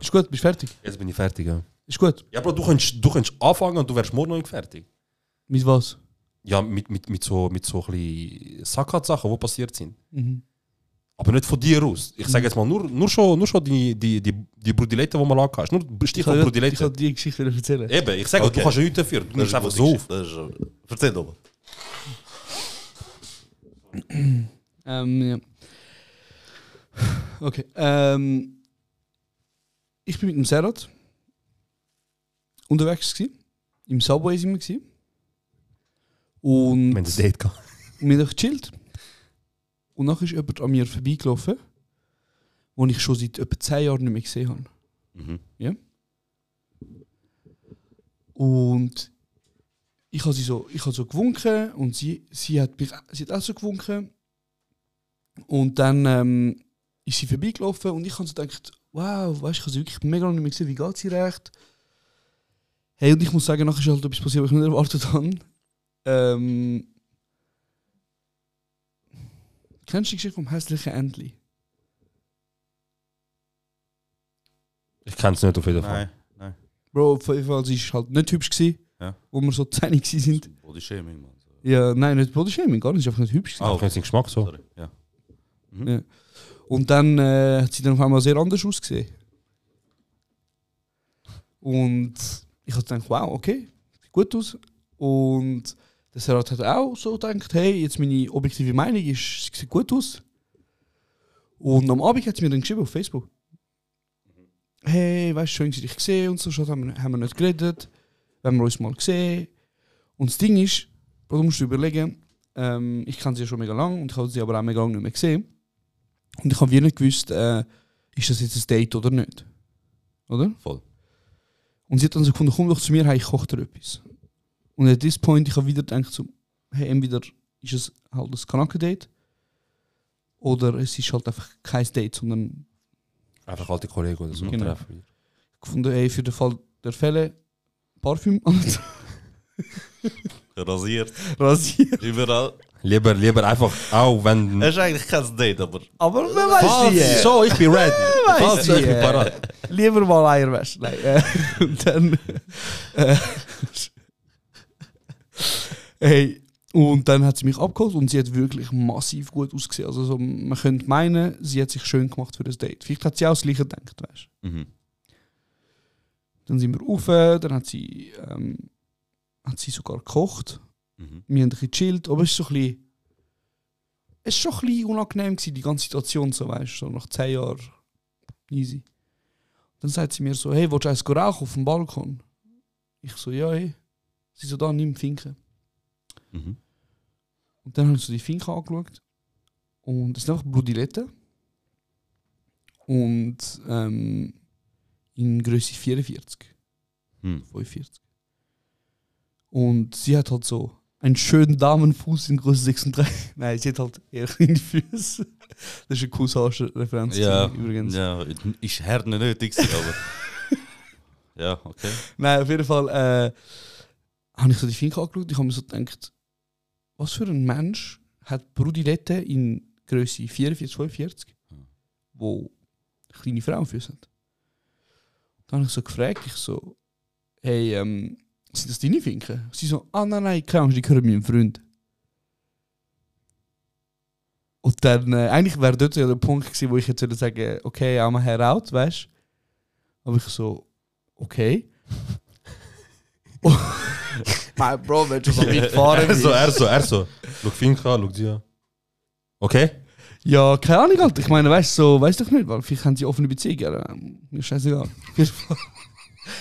Speaker 1: Ist gut, bist fertig.
Speaker 6: Jetzt bin ich fertig, ja.
Speaker 1: Ist gut.
Speaker 6: Ja, Bro, du kannst, du kannst anfangen und du wärst morgen noch nicht fertig.
Speaker 1: Mit was?
Speaker 6: Ja, mit, mit, mit so, mit so ein bisschen Sackhat-Sachen, die passiert sind.
Speaker 1: Mhm.
Speaker 6: Aber nicht von dir aus. Ich
Speaker 2: Mm.
Speaker 6: sage jetzt mal, nur, nur schon, nur schon die, die, die, die Brudilette, die man lang hast. Nur Stichwort
Speaker 1: kann ich
Speaker 6: Brudilette.
Speaker 1: kann die Geschichte erzählen.
Speaker 6: Eben, ich sage,
Speaker 2: Okay.
Speaker 6: du kannst ja nichts dafür. Du nimmst einfach
Speaker 2: eine
Speaker 6: so
Speaker 2: gute
Speaker 6: auf.
Speaker 2: Geschichte. Das ist- Erzähl doch mal.
Speaker 1: Ähm, ja. Okay. Ähm, ich bin mit dem Serhat unterwegs gewesen. Im Subway sind wir gewesen. Und
Speaker 6: Wenn es Date geht.
Speaker 1: Und wir haben gechillt. Und nachher ist jemand an mir vorbeigelaufen, den ich schon seit etwa 10 Jahren nicht mehr gesehen habe.
Speaker 2: Mhm.
Speaker 1: Ja? Und ich habe sie so, ich habe so gewunken und sie, sie, hat mich, sie hat auch so gewunken. Und dann ähm, ist sie vorbeigelaufen und ich habe so gedacht, wow, weißt, ich habe sie wirklich mega lange nicht mehr gesehen, wie geht sie recht? Hey, und ich muss sagen, nachher ist halt etwas passiert, was ich nicht erwartet habe. Ähm, kennst du die Geschichte vom hässlichen Entli?
Speaker 6: Ich kenne es nicht auf jeden Fall.
Speaker 2: Nein, nein.
Speaker 1: Bro, auf jeden Fall, sie war halt nicht hübsch, gewesen,
Speaker 2: Ja.
Speaker 1: wo wir so 10 gewesen sind.
Speaker 2: Body Shaming, Mann.
Speaker 1: Ja, nein, nicht Bodyshaming, gar nicht, sie war einfach nicht hübsch. gewesen.
Speaker 6: Ah, okay. Ich den Geschmack so.
Speaker 2: Sorry. Ja.
Speaker 1: Und dann äh, hat sie dann auf einmal sehr anders ausgesehen. Und ich habe gedacht, wow, okay, sieht gut aus. Und der Serat hat auch so gedacht, hey, jetzt meine objektive Meinung ist, sie sieht gut aus. Und am Abend hat sie mir dann geschrieben auf Facebook. Hey, weißt du, schön, dass ich dich gesehen und so, schon haben wir, haben wir nicht geredet, wenn wir uns mal gesehen. Und das Ding ist, Bro, du musst dir überlegen, ähm, ich kenne sie ja schon mega lang und ich habe sie aber auch mega lange nicht mehr gesehen. Und ich habe wie nicht gewusst, äh, ist das jetzt ein Date oder nicht. Oder?
Speaker 2: Voll.
Speaker 1: Und sie hat dann so gefunden, komm doch zu mir, hey, ich koche dir etwas. Und at this point, ich habe wieder gedacht, so, hey, entweder ist es halt ein Kanaken-Date oder es ist halt einfach kein Date, sondern
Speaker 6: Einfach alte Kollegen oder so.
Speaker 1: Genau.
Speaker 6: treffen.
Speaker 1: gefunden, hey, für den Fall der Fälle Parfüm an,
Speaker 2: Rasiert.
Speaker 1: rasieren.
Speaker 2: Überall.
Speaker 6: Lieber, lieber einfach, auch wenn.
Speaker 2: Es ist eigentlich kein Date, aber.
Speaker 1: Aber wer
Speaker 6: Falls-
Speaker 2: eh.
Speaker 1: weiß
Speaker 6: So, ich bin ready.
Speaker 1: Weiss
Speaker 6: Falls,
Speaker 1: ich,
Speaker 6: ich bin
Speaker 1: äh.
Speaker 6: parat.
Speaker 1: Lieber mal Eierwäsche. Nein. Äh, und dann. Äh, hey, und dann hat sie mich abgeholt und sie hat wirklich massiv gut ausgesehen. Also, so, man könnte meinen, sie hat sich schön gemacht für das Date. Vielleicht hat sie auch das Gleiche gedacht, weißt du.
Speaker 2: Mhm.
Speaker 1: Dann sind wir rauf, dann hat sie, ähm, hat sie sogar gekocht.
Speaker 2: Mhm.
Speaker 1: Wir haben ein bisschen gechillt, aber es ist so ein bisschen. Es war schon ein bisschen unangenehm, gewesen, die ganze Situation, so weißt du, so nach 10 Jahren. Easy. Dann sagt sie mir so: Hey, willst du eins rauchen auf dem Balkon? Ich so: Ja, hey. Sie so: Da, nimm Finken.
Speaker 2: Mhm.
Speaker 1: Und dann haben sie die Finken angeschaut. Und es sind einfach Brudilette. Und ähm, in Größe 44.
Speaker 2: Hm.
Speaker 1: 45. Und sie hat halt so einen schönen Damenfuß in Größe 36. Nein, sie hat halt eher kleine Füße. Das ist eine Kusshausche-Referenz
Speaker 2: Ja,
Speaker 1: übrigens.
Speaker 2: Ja, ist hart nicht nötig, gewesen, aber. ja, okay.
Speaker 1: Nein, auf jeden Fall äh, habe ich so die Finke angeschaut. Ich habe mir so gedacht, was für ein Mensch hat Brudilette in Größe 44, 45, wo kleine Frauenfüße hat. Dann habe ich so gefragt, ich so, hey, ähm, sind das deine Finken? Sie so, ah nein, nein, keine Angst, die gehören meinem Freund. Und dann, äh, eigentlich wäre dort ja der Punkt gewesen, wo ich jetzt würde sagen, okay, I'm a hair out, weißt du? Aber ich so, okay. mein Bro, wenn du so weit gefahren
Speaker 6: Er
Speaker 1: bist.
Speaker 6: so, er so, er so. Schau Finca, schau dir. Okay?
Speaker 1: Ja, keine Ahnung, Alter. Ich meine, weißt du, so, weißt doch nicht, weil vielleicht haben sie offene Beziehungen. aber, ähm, Mir scheißegal. Auf jeden Fall.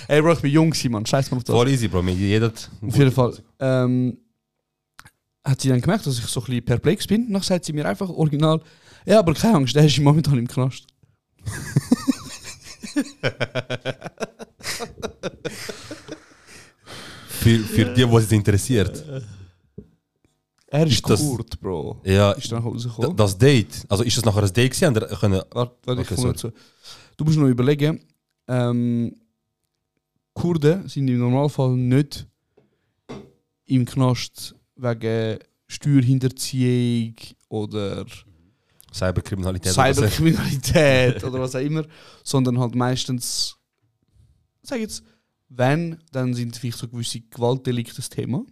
Speaker 1: Ey, Bro, ich bin jung, gewesen, Mann. Scheiß mal auf das.
Speaker 6: Voll easy, Bro. Mir jeder.
Speaker 1: Auf jeden Fall. Ähm, hat sie dann gemerkt, dass ich so ein bisschen perplex bin. Dann sagt sie mir einfach original, ja, aber keine Angst, der ist momentan im Knast.
Speaker 6: Für, für die, die es interessiert.
Speaker 1: Er ist,
Speaker 6: Ist das-
Speaker 1: Kurt, Bro.
Speaker 2: Eh,
Speaker 6: Ja,
Speaker 1: Ist dann nach Hause
Speaker 6: d-
Speaker 1: gekommen.
Speaker 6: das Date. Also ist das nachher ein Date gewesen? Haben die Können,
Speaker 1: Warte, warte, ich
Speaker 6: Okay,
Speaker 1: komme dazu. Du musst noch überlegen, ähm, Kurden sind im Normalfall nicht im Knast wegen Steuerhinterziehung oder
Speaker 6: Cyberkriminalität. oder so.
Speaker 1: Cyberkriminalität oder was auch immer, sondern halt meistens, sag ich jetzt, wenn, dann sind vielleicht so gewisse Gewaltdelikte das Thema.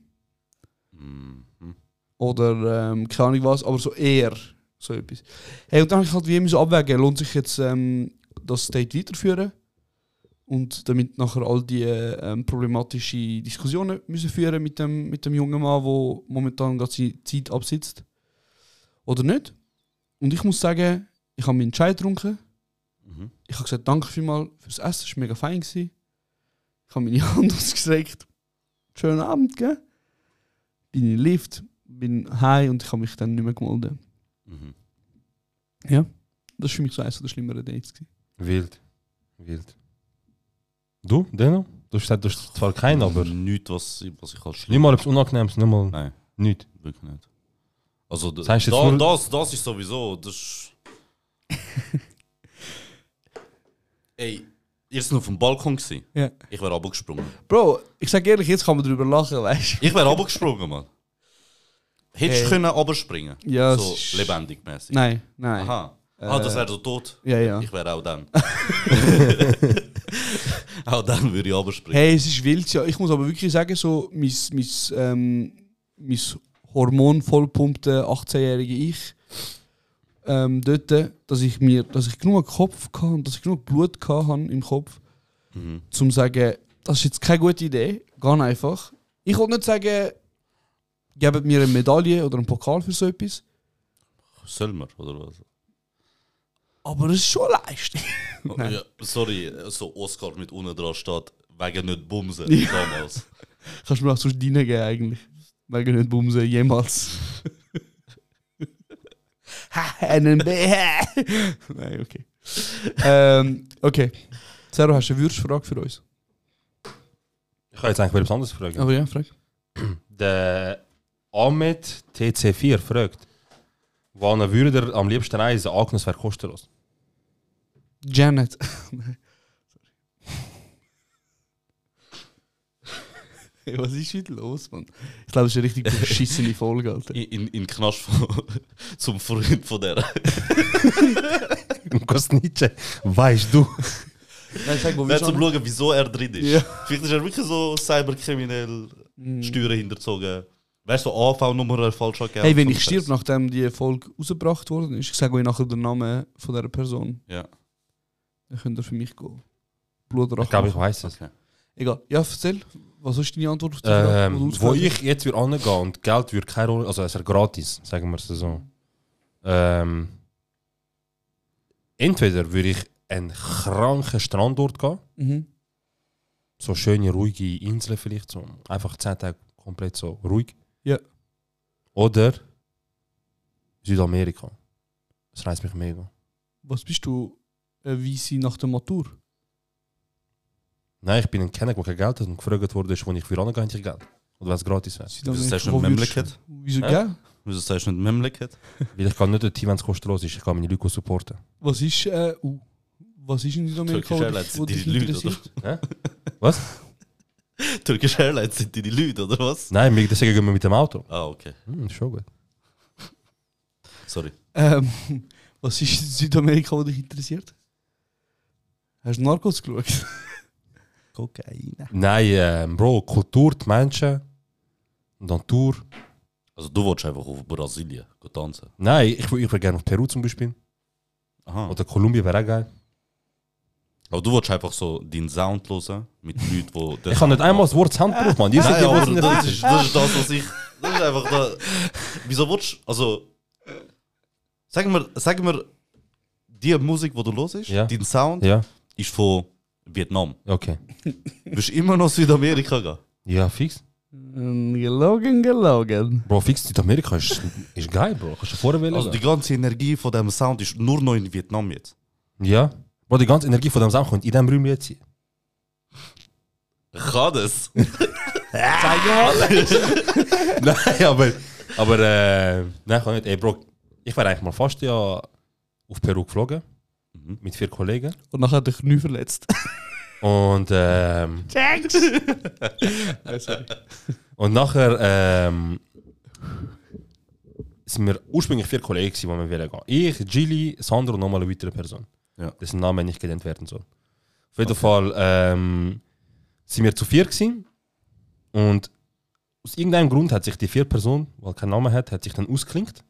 Speaker 2: Mhm.
Speaker 1: Oder ähm, keine Ahnung was, aber so eher so etwas. Hey, und dann habe ich halt wie immer so abwägen, lohnt sich jetzt ähm, das Date weiterführen? Und damit nachher all die äh, ähm, problematischen Diskussionen müssen führen mit dem, mit dem jungen Mann, der momentan gerade seine Zeit absitzt. Oder nicht? Und ich muss sagen, ich habe meinen Chai getrunken.
Speaker 2: Mhm.
Speaker 1: Ich habe gesagt, danke vielmals fürs Essen, es war mega fein. Gewesen. Ich habe meine Hand ausgestreckt. Schönen Abend, gell? Bin in den Lift, bin heim und ich habe mich dann nicht mehr gemeldet.
Speaker 2: Mhm.
Speaker 1: Ja. Das war für mich so eines der schlimmeren Dates. Gewesen.
Speaker 6: Wild. Wild. Du, Deno? Du hast gesagt, du hast zwar keinen, aber.
Speaker 2: Nichts, was, ich- was ich als
Speaker 6: Nicht
Speaker 2: schlimm
Speaker 6: mal etwas Unangenehmes, nicht mal.
Speaker 2: Nein,
Speaker 6: Nichts.
Speaker 2: wirklich nicht. Also, d-
Speaker 6: Das heißt jetzt
Speaker 2: da,
Speaker 6: nur-
Speaker 2: das, das ist sowieso. Das ist Ey, ihr seid auf dem Balkon gewesen.
Speaker 1: Ja.
Speaker 2: Ich wäre abgesprungen.
Speaker 1: Bro, ich sage ehrlich, jetzt kann man darüber lachen, weißt
Speaker 2: Ich wäre abgesprungen, Mann. Hättest
Speaker 1: Ey.
Speaker 2: du können abspringen?
Speaker 1: Ja,
Speaker 2: So
Speaker 1: es ist-
Speaker 2: lebendig mäßig.
Speaker 1: du? Nein, nein.
Speaker 2: Aha. ah, das
Speaker 1: Äh.
Speaker 2: wäre so tot.
Speaker 1: Ja, ja.
Speaker 2: Ich wäre auch dann. auch dann würde ich abspringen.
Speaker 1: Hey, es ist wild, ja. Ich muss aber wirklich sagen, so mein, mein, ähm, mein Hormon vollpumpte 18-jährige Ich ähm, dort, dass ich mir, dass ich genug Kopf hatte und dass ich genug Blut hatte im Kopf, um
Speaker 2: Mhm.
Speaker 1: zu sagen, das ist jetzt keine gute Idee, ganz einfach. Ich will nicht sagen, gebt mir eine Medaille oder einen Pokal für so etwas,
Speaker 2: Soll man, oder was?
Speaker 1: aber es ist schon eine Leistung. Nein.
Speaker 2: Ja, sorry, so Oscar mit unten dran steht, wegen nicht Bumsen
Speaker 1: Ja.
Speaker 2: damals.
Speaker 1: Kannst du mir auch sonst deinen geben eigentlich. Wegen nicht bumsen, jemals. NNB. Nein, okay. ähm, okay. Zero, hast du eine Würstfrage für uns?
Speaker 6: Ich kann jetzt eigentlich mal etwas anderes fragen.
Speaker 1: Aber Oh ja, frag.
Speaker 6: Der Ahmed TC4 fragt, wann würde er am liebsten reisen? Agnes wäre kostenlos.
Speaker 1: Janet. Hey, Was ist heute los, Mann? Ich glaube, es ist eine richtig beschissene Folge, Alter.
Speaker 2: In, in, in den Knast von, zum Freund von der.
Speaker 6: Kostnitsche, weißt du.
Speaker 1: Nein, sag, wo
Speaker 2: Nicht
Speaker 1: willst du
Speaker 2: zum
Speaker 1: an?
Speaker 2: schauen, wieso er drin ist.
Speaker 1: Ja. Mhm.
Speaker 2: Vielleicht ist er wirklich so cyberkriminell, Steuern hinterzogen. Weißt du, so AV-Nummer falsch angegeben.
Speaker 1: Hey, wenn
Speaker 2: vom
Speaker 1: ich stirb,
Speaker 2: Fest.
Speaker 1: nachdem die Folge rausgebracht worden ist, ich sage euch nachher den Namen von dieser Person.
Speaker 2: Ja,
Speaker 1: Dann könnt ihr für mich gehen. Blutrache.
Speaker 6: Ich glaube, ich weiß es.
Speaker 2: okay.
Speaker 1: Egal. Ja, erzähl. Was ist deine Antwort auf die Frage, die
Speaker 6: Ähm,
Speaker 1: du
Speaker 6: wo
Speaker 1: ausgefallen
Speaker 6: ich jetzt würde angehen und Geld würde keine Rolle, also es wäre gratis, sagen wir es so. Ähm, entweder würde ich einen kranken Strandort gehen,
Speaker 1: hast? Mhm.
Speaker 6: so schöne, ruhige Inseln vielleicht, so einfach 10 Tage komplett so ruhig.
Speaker 1: Ja.
Speaker 6: Oder Südamerika. Das reizt mich mega.
Speaker 1: Was bist du, äh, wie sie nach der Matur?
Speaker 6: Nein, ich bin ein Kenner, der kein Geld hat und gefragt wurde, wo ich für angehen hätte ich Geld. Oder wenn es gratis wäre.
Speaker 1: Südamerika,
Speaker 2: sagst du
Speaker 1: wo
Speaker 2: nicht
Speaker 1: würdest-
Speaker 2: Memleket?
Speaker 1: Wieso,
Speaker 2: Hä?
Speaker 1: gell?
Speaker 2: Wieso sagst du nicht Memleket?
Speaker 6: Weil ich kann nicht dorthin, wenn es kostenlos ist. Ich kann meine Leute supporten.
Speaker 1: Was ist, äh, uh, was ist in Südamerika,
Speaker 2: Turkish Airlines
Speaker 1: wo
Speaker 2: sind
Speaker 1: dich,
Speaker 2: die
Speaker 1: wo dich
Speaker 2: Leute, oder?
Speaker 1: interessiert?
Speaker 6: Was?
Speaker 2: Turkish Airlines sind die Leute, oder was?
Speaker 6: Nein, wir- deswegen gehen wir mit dem Auto.
Speaker 2: Ah, okay.
Speaker 6: Hm, ist schon gut.
Speaker 2: Sorry.
Speaker 1: Ähm, was ist in Südamerika, wo dich interessiert? Hast du Narcos geschaut?
Speaker 2: Kokain.
Speaker 6: Nein, ähm, Bro, Kultur, die Menschen, Natur.
Speaker 2: Also, du wolltest einfach auf Brasilien gehen tanzen.
Speaker 6: Nein, ich würde ich würd gerne auf Peru zum Beispiel.
Speaker 2: Aha.
Speaker 6: Oder Kolumbien wäre auch geil.
Speaker 2: Aber du wolltest einfach so deinen Sound hören mit Leuten, die.
Speaker 6: Ich habe nicht einmal das Wort Hand gebraucht, Mann. Ihr seid
Speaker 2: Nein,
Speaker 6: die
Speaker 2: aber
Speaker 6: Wissen in der
Speaker 2: das
Speaker 6: Welt.
Speaker 2: ist, das ist das, was ich. Das ist einfach da. Wieso wolltest du. Also. Sag mir, sag mir, die Musik, die du los ist,
Speaker 6: Ja.
Speaker 2: dein Sound,
Speaker 6: Ja,
Speaker 2: ist von Vietnam.
Speaker 6: okay.
Speaker 2: Du bist immer noch Südamerika gegangen.
Speaker 6: Ja, fix.
Speaker 1: Ähm, Gelogen, gelogen.
Speaker 6: Bro, fix Südamerika ist, ist geil, Bro. Kannst du vorher wählen?
Speaker 2: Also die ganze Energie von dem Sound ist nur noch in Vietnam jetzt.
Speaker 6: ja. Bro, die ganze Energie von dem Sound kommt in diesem Raum jetzt.
Speaker 2: Kann das?
Speaker 6: Zeig mal! nein, aber. Aber. Äh, nein, kann nicht. Ey, Bro, ich wäre eigentlich mal fast ja auf Peru geflogen.
Speaker 2: Mhm.
Speaker 6: Mit vier Kollegen.
Speaker 1: Und nachher hat er Knie verletzt.
Speaker 6: Und. Ähm,
Speaker 1: sorry.
Speaker 6: Und nachher ähm, sind wir ursprünglich vier Kollegen, gewesen, die wir wollen gehen. Ich, Gilly, Sandro und nochmal eine weitere Person,
Speaker 2: Ja.
Speaker 6: dessen Name nicht genannt werden soll. Auf jeden Fall ähm, sind wir zu vier gewesen und aus irgendeinem Grund hat sich die vier Person, weil keinen Namen hat, hat sich dann ausklinkt.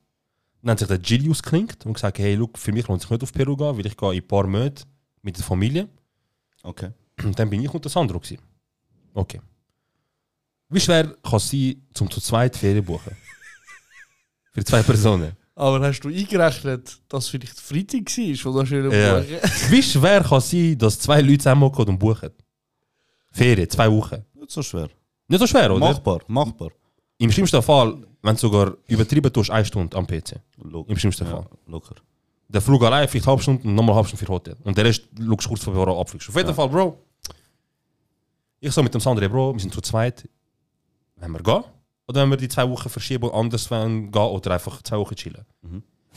Speaker 6: Dann hat sich der Gilly ausklinkt und gesagt, hey, look, für mich lohnt es sich nicht auf Peru gehen, weil ich gehe in ein paar Monaten mit der Familie.
Speaker 2: Okay.
Speaker 6: Und dann bin ich unter Sandro. Gewesen. Okay. Wie schwer kann es sein, zum zu zweit Ferien buchen? Für zwei Personen.
Speaker 1: Aber hast du eingerechnet, dass vielleicht Freitag war, oder schön
Speaker 6: Ja.
Speaker 1: Morgen?
Speaker 6: Wie schwer kann es sein, dass zwei Leute zusammenkommen und buchen? Ferien, zwei Wochen.
Speaker 2: Nicht so schwer.
Speaker 6: Nicht so schwer, oder?
Speaker 2: Machbar, machbar.
Speaker 6: Im schlimmsten Fall, wenn du sogar übertrieben tust, eine Stunde am PC.
Speaker 2: Locker.
Speaker 6: Im schlimmsten
Speaker 2: Ja,
Speaker 6: Fall.
Speaker 2: locker.
Speaker 6: Der Flug allein vielleicht halbe Stunde und nochmal halbe Stunde für Hotel. Und der Rest schaust du kurz vor Büro abfliegst. Auf jeden Fall, Bro. Ich so mit dem Sandro, Bro, wir sind zu zweit. Wenn wir gehen? Oder wenn wir die zwei Wochen verschieben und anders wollen gehen oder einfach zwei Wochen chillen?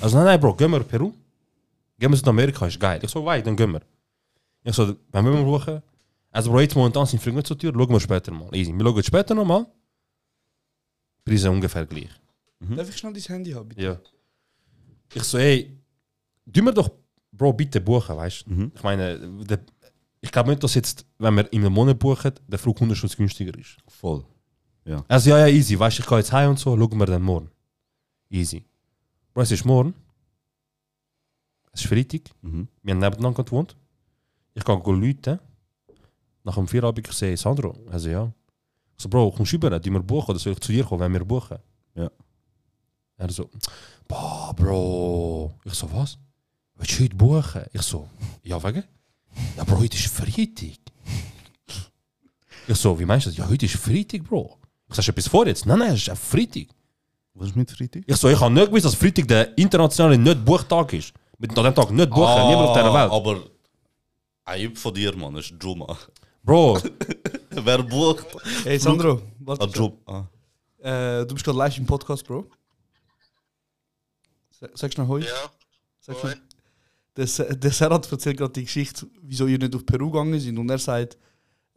Speaker 6: Also nein, nein, Bro, gehen wir nach Peru? Gehen wir Südamerika, ist geil. Ich so, weit, dann gehen wir. Ich so, wenn wir mal buchen? Also Bro, jetzt momentan sind Flüge nicht so teuer, schauen wir später mal. Easy, wir schauen später nochmal. Preise ungefähr gleich.
Speaker 1: Darf ich schnell dein Handy haben? bitte?
Speaker 6: Ja. Ich so, ey, tu mir doch, Bro, bitte buchen, weißt du?
Speaker 2: Mhm.
Speaker 6: Ich meine, der, ich glaube nicht, dass jetzt, wenn wir in einem Monat buchen, der Flug 100 Schuss günstiger ist.
Speaker 2: Voll.
Speaker 6: Also, ja, ja, easy, weißt du, ich gehe jetzt heim und so, schauen wir dann morgen. Easy. Bro, es ist morgen. Es ist Freitag.
Speaker 2: Mhm.
Speaker 6: Wir haben nebeneinander gewohnt. Ich kann go Leute. Nach dem Feierabend, ich sehe Sandro. Also ja. Ich so, Bro, kommst du rüber? Die dus wir buchen oder soll ich zu dir kommen, wenn wir buchen?
Speaker 2: Ja.
Speaker 6: Er so, boah, Bro. Ich so, was? Willst du heute buchen? Ich so, ja, wegen? Ja, Bro, heute ist Freitag. Ich so, wie meinst du das? Ja, heute ist Freitag, Bro. Ich sag, etwas vor jetzt? Nein, nein, es ist ein Freitag.
Speaker 2: Was ist mit Freitag?
Speaker 6: Ich so, ich habe nicht gewusst, dass Freitag der internationale Nicht-Buchtag ist. Mit an dem Tag nicht buchen, niemand auf dieser Welt.
Speaker 2: Ah, Aber ein von dir, Mann, ist Juma.
Speaker 6: Bro,
Speaker 2: Wer bucht?
Speaker 1: Hey Sandro,
Speaker 2: Ah,
Speaker 1: warte.
Speaker 2: Juma. Ah.
Speaker 1: Äh, du bist gerade live im Podcast, Bro. Sa- Sagst du noch heute? Ja. Sagst du der, Se- der Serhat erzählt gerade die Geschichte, wieso ihr nicht auf Peru gegangen sind. Und er sagt,